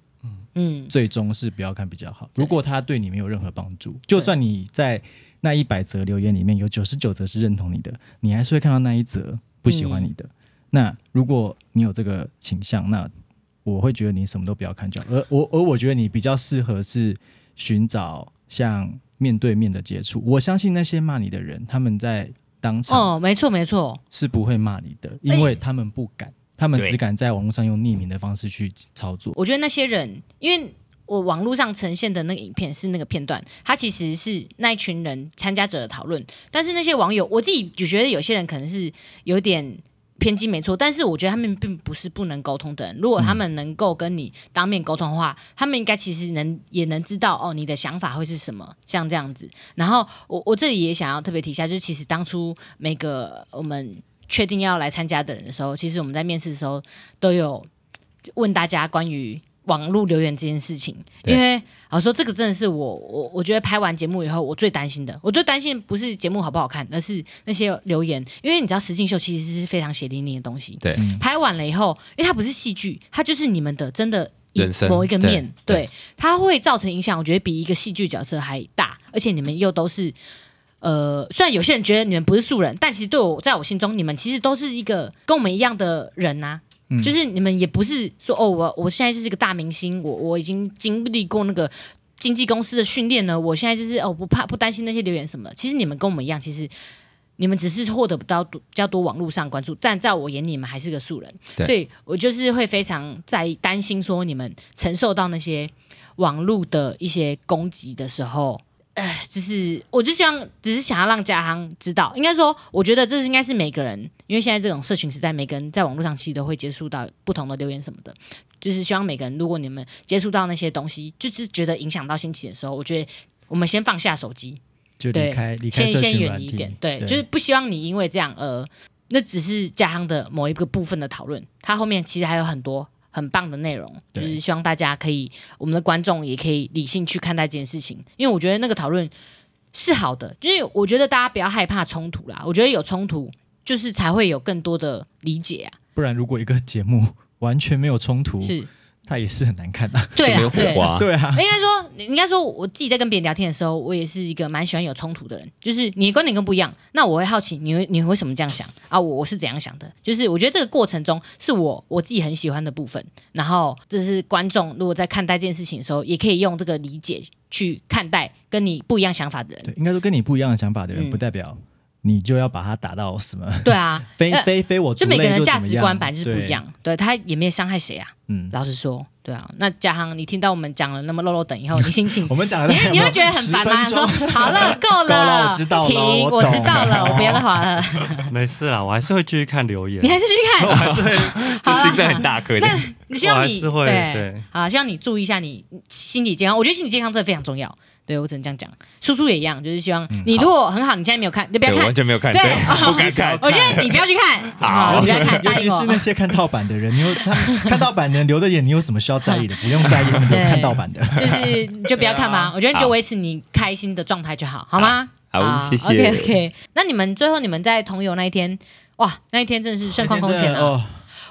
A: 嗯，
C: 最终是不要看比较好。
A: 对
C: 如果他对你没有任何帮助，就算你在那一百则留言里面有九十九则是认同你的，你还是会看到那一则不喜欢你
A: 嗯
C: 的。那如果你有这个倾向，那我会觉得你什么都不要看就好。而我而我觉得你比较适合是寻找像面对面的接触。我相信那些骂你的人，他们在当场
A: 哦，没哎错没错，
C: 是不会骂你的，因为他们不敢，他们只敢在网络上用匿名的方式去操作。
A: 我觉得那些人，因为我网络上呈现的那个影片是那个片段，它其实是那一群人参加者的讨论。但是那些网友，我自己就觉得有些人可能是有点偏激，没错。但是我觉得他们并不是不能沟通的人。如果他们能够跟你当面沟通的话，他们应该其实能也能知道哦，你的想法会是什么，像这样子。然后我我这里也想要特别提一下，就是其实当初每个我们。确定要来参加的人的时候，其实我们在面试的时候都有问大家关于网络留言这件事情，
B: 对
A: 因为老实说，这个真的是我我我觉得拍完节目以后，我最担心的。我最担心不是节目好不好看，而是那些留言，因为你知道实境秀其实是非常血淋淋的东西。
B: 对，
A: 拍完了以后，因为它不是戏剧，它就是你们的真的一
B: 人生
A: 某一个面，
B: 对
A: 对它会造成影响，我觉得比一个戏剧角色还大，而且你们又都是。呃，虽然有些人觉得你们不是素人，但其实对我，在我心中，你们其实都是一个跟我们一样的人呐、
C: 嗯
A: 就是你们也不是说哦，我我现在就是个大明星，我我已经经历过那个经纪公司的训练了，我现在就是哦不怕不担心那些留言什么的。其实你们跟我们一样，其实你们只是获得不到多比较多网络上关注，但在我眼里，你们还是个素人，
B: 对
A: 所以我就是会非常在意担心说你们承受到那些网络的一些攻击的时候。唉，就是我就希望，只是想要让家航知道，应该说，我觉得这是应该是每个人，因为现在这种社群时代，每个人在网络上其实都会接触到不同的留言什么的，就是希望每个人，如果你们接触到那些东西，就是觉得影响到心情的时候，我觉得我们先放下手机，
C: 就
A: 对
C: 离开离开
A: 先
C: 社
A: 先
C: 群
A: 远
C: 软
A: 离
C: 体
A: 一点，对，就是不希望你因为这样，呃，那只是家康的某一个部分的讨论，它后面其实还有很多很棒的内容，就
C: 对
A: 是希望大家可以，我们的观众也可以理性去看待这件事情，因为我觉得那个讨论是好的，因为我觉得大家不要害怕冲突啦，我觉得有冲突就是才会有更多的理解啊，
C: 不然如果一个节目 完全没有冲突，
A: 是
C: 它也是很难看的、
A: 对
B: 没有
A: 啊，
B: 火
A: 对。
B: 花，
C: 对啊，
A: 应该说，你应该说，我自己在跟别人聊天的时候，我也是一个蛮喜欢有冲突的人。就是你的观点跟不一样，那我会好奇你会你为什么这样想啊？我我是怎样想的？就是我觉得这个过程中是我我自己很喜欢的部分。然后，这是观众如果在看待这件事情的时候，也可以用这个理解去看待跟你不一样想法的人。
C: 对，应该说跟你不一样的想法的
A: 嗯
C: 人，不代表你就要把他打到什么
A: 对啊，
C: 非
A: 呃
C: 非非我族
A: 就
C: 类
A: 每个人的
C: 怎
A: 价
C: 么
A: 值
C: 样
A: 观本来就是不一。样，对他也没伤害谁啊。
C: 对嗯，
A: 老实说，对啊。那嘉航，你听到我们讲了那么漏漏等以后，你心情
C: 我们讲 了
A: 你会你会觉得 很烦吗？说好了，够
C: 够了
A: 了，
C: 我知道了
A: 停，
C: 我
A: 我
C: 懂
A: 知道了，我不要再滑了。
D: 没事啦，我还是会继续看留言
A: 你，还是去
D: 我
A: 看，
D: 还是会
B: 就
A: 好
B: 心脏
A: 了
B: 很。大颗的
A: 那。你希望
D: 我还
A: 你
D: 是会
A: 对
D: 对
A: 啊，希望你注意一下你心理健康。我觉得心理健康真的非常重要。对我只能这样讲，叔叔也一样，就是希望你如果很好，你现在没有看，你不要
B: 对，我
A: 看
B: 完。全没有看，
A: 对哦
B: 真的不敢看。
A: 我觉得你不要去看，
B: 好
A: 好，你不
C: 尤其
A: 要
C: 是
A: 看，
C: 尤
A: 答
C: 其
A: 应
C: 是那
A: 我。
C: 些看盗版的人， 你有他们看盗版的人留的眼，你有什么需要在意的？不用在意，你有看盗版的。
A: 就是你就不要看吧，我觉得你就
B: 好
A: 维持你开心的状态就好，好吗？
B: 好谢谢
A: OK OK，那你们最后你们在同游那一天，哇，那一天真的是盛况空前
C: 真的
A: 啊！
C: 哦，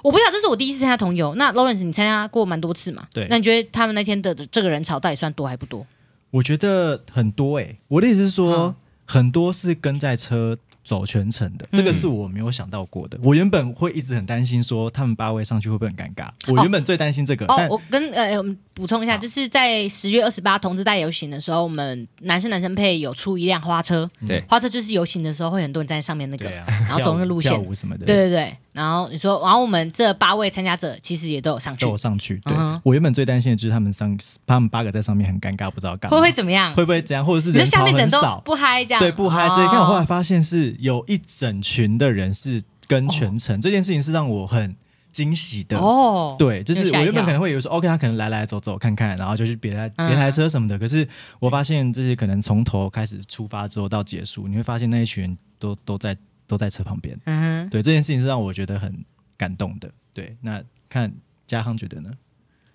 A: 我不晓得，这是我第一次参加同游。那 Lawrence，你参加过蛮多次嘛？
C: 对
A: 那你觉得他们那天的这个人潮到底算多还不多？
C: 我觉得很多诶、欸我的意思是说，
A: 嗯
C: 很多是跟在车走全程的，
A: 嗯
C: 这个是我没有想到过的。我原本会一直很担心说，他们八位上去会不会很尴尬？我原本最担心这个，
A: 哦
C: 但，
A: 我跟呃，呃我们补充一下，
C: 好
A: 就是在十月二十八同志大游行的时候，我们男生男生配有出一辆花车，
B: 对
A: 花车就是游行的时候会很多人站在上面那个
C: 嗯对，啊，
A: 然后走那个路线
C: 跳舞跳舞什么的，
A: 对，对对。然后你说，然后我们这八位参加者其实也都有上去
C: 都，有上去。对、
A: 嗯哼
C: 我原本最担心的就是他们上，他们八个在上面很尴尬，不知道干
A: 会不
C: 嘛，
A: 会怎么样？
C: 会不会这样，或者是
A: 你说
C: 人潮
A: 下面的人
C: 很
A: 都
C: 少，
A: 不嗨这样？
C: 对，不嗨这一
A: 哦
C: 看，我后来发现是有一整群的人是跟全程，这件事情是让我很惊喜的。
A: 哦，
C: 对，就
A: 有
C: 是
A: 吓
C: 我
A: 一
C: 原本
A: 跳
C: 可能会以为说，OK，他可能来来走走看看，然后就去别台
A: 嗯
C: 别台车什么的。可是我发现这些可能从头开始出发之后到结束，你会发现那一群人都都在都在车旁边。
A: 嗯哼，
C: 对，这件事情是让我觉得很感动的。对，那看嘉康觉得呢？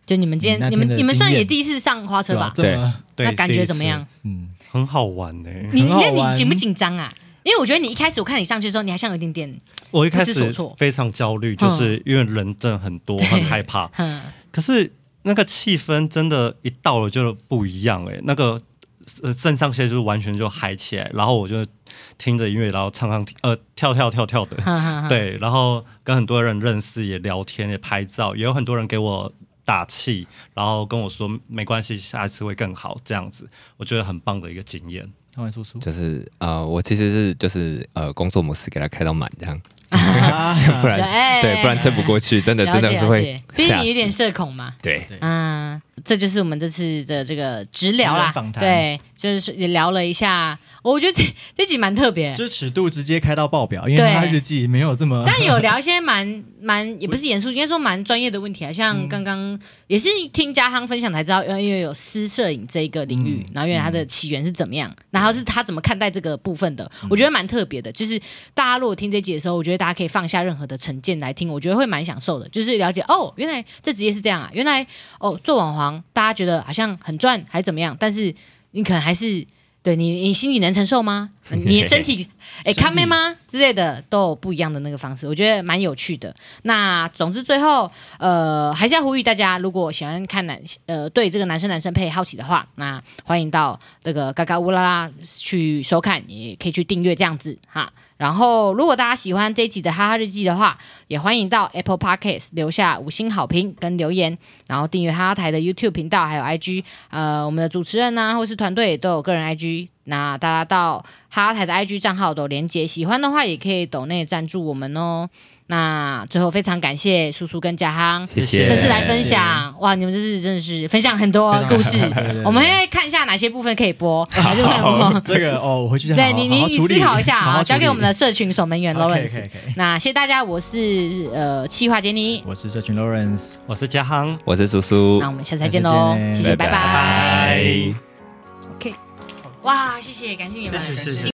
A: 就你们今
C: 你
A: 天
C: 那
A: 你们
C: 天的
A: 你们
C: 经
A: 算也
C: 验
A: 第一次上花车
C: 对吧
A: 吧？？
C: 这么
D: 对
A: 那感觉怎么样？？
C: 嗯，
D: 很好玩呢、欸
A: 你
C: 很好
A: 那你
C: 玩
A: 紧不紧张啊？因为我觉得你一开始我看你上去的时候，你还像有一点点，
D: 我一开
A: 不知所
D: 始
A: 措
D: 非常焦虑，就是因为人真的很多，很害怕。
A: 嗯，
D: 可是那个气氛真的，一到了就不一样哎、那个呃肾上腺就是完全就嗨起来，然后我就听着音乐，然后唱唱呃跳跳跳跳的，
A: 哈哈哈，
D: 对，然后跟很多人认识，也聊天，也拍照，也有很多人给我打气，然后跟我说没关系，下一次会更好，这样子，我觉得很棒的一个经验。
C: 汤圆叔叔，
B: 就是呃，我其实是就是呃，工作模式给它开到满这样， 不然
A: 对
B: 对，不然撑不过去，真的
A: 了
B: 真
A: 解
B: 的是
A: 了
B: 会
A: 解，毕竟
B: 吓
A: 你有点
B: 死。
A: 社恐嘛，
B: 对，
A: 嗯，这就是我们这次的这个直聊
C: 职
A: 啦
C: 人访，谈
A: 对，就是也聊了一下，哦我觉得这这集蛮特别，
C: 这尺度直接开到爆表，因为
A: 对
C: 他日记没有这么
A: 但有聊一些蛮蛮也不是严肃，应该说蛮专业的问题啊。像刚刚也是听嘉康分享才知道，因为有私摄影这一个领域，然后原来它的起源是怎么样，然后是他怎么看待这个部分的，我觉得蛮特别的。就是大家如果听这集的时候，我觉得大家可以放下任何的成见来听，我觉得会蛮享受的，就是了解哦，原来这职业是这样啊，原来哦做网黄大家觉得好像很赚还怎么样，但是你可能还是。对你，你心里能承受吗？你身体哎
C: 身体
A: 看妹吗之类的，都有不一样的那个方式，我觉得蛮有趣的。那总之最后，呃，还是要呼吁大家，如果喜欢看男呃对这个男生男生配好奇的话，那欢迎到这个嘎嘎乌拉拉去收看，也可以去订阅这样子哈。然后，如果大家喜欢这一集的哈哈日记的话，也欢迎到 Apple Podcast 留下五星好评跟留言，然后订阅哈哈台的 YouTube 频道还有 IG。呃，我们的主持人呐、或是团队也都有个人 IG。那大家到哈哈台的 IG 账号都有连接，喜欢的话也可以抖内赞助我们哦。那最后非常感谢叔叔跟嘉航，
B: 谢谢，
A: 这次来分享，哇，你们这次真的是分享很多故事
C: 对对对，
A: 我们会看一下哪些部分可以播，还是不能播。
C: 这个哦，我回去再好
A: 对
C: 好
A: 你，你
C: 好
A: 你
C: 处理
A: 思考一下
C: 好
A: 啊，
C: 好处
A: 交
C: 理
A: 给我们的社群守门员 Lawrence。
C: OK，OK，OK
A: 那谢谢大家，我是呃企划杰尼，
C: 我是社群 Lawrence，
D: 我是嘉亨，
B: 我是叔叔
A: 那，我们下次再见喽，
C: 再见
A: 谢谢，拜拜。
B: 拜。
A: OK，哇，谢谢，感谢你们。
D: 谢谢谢谢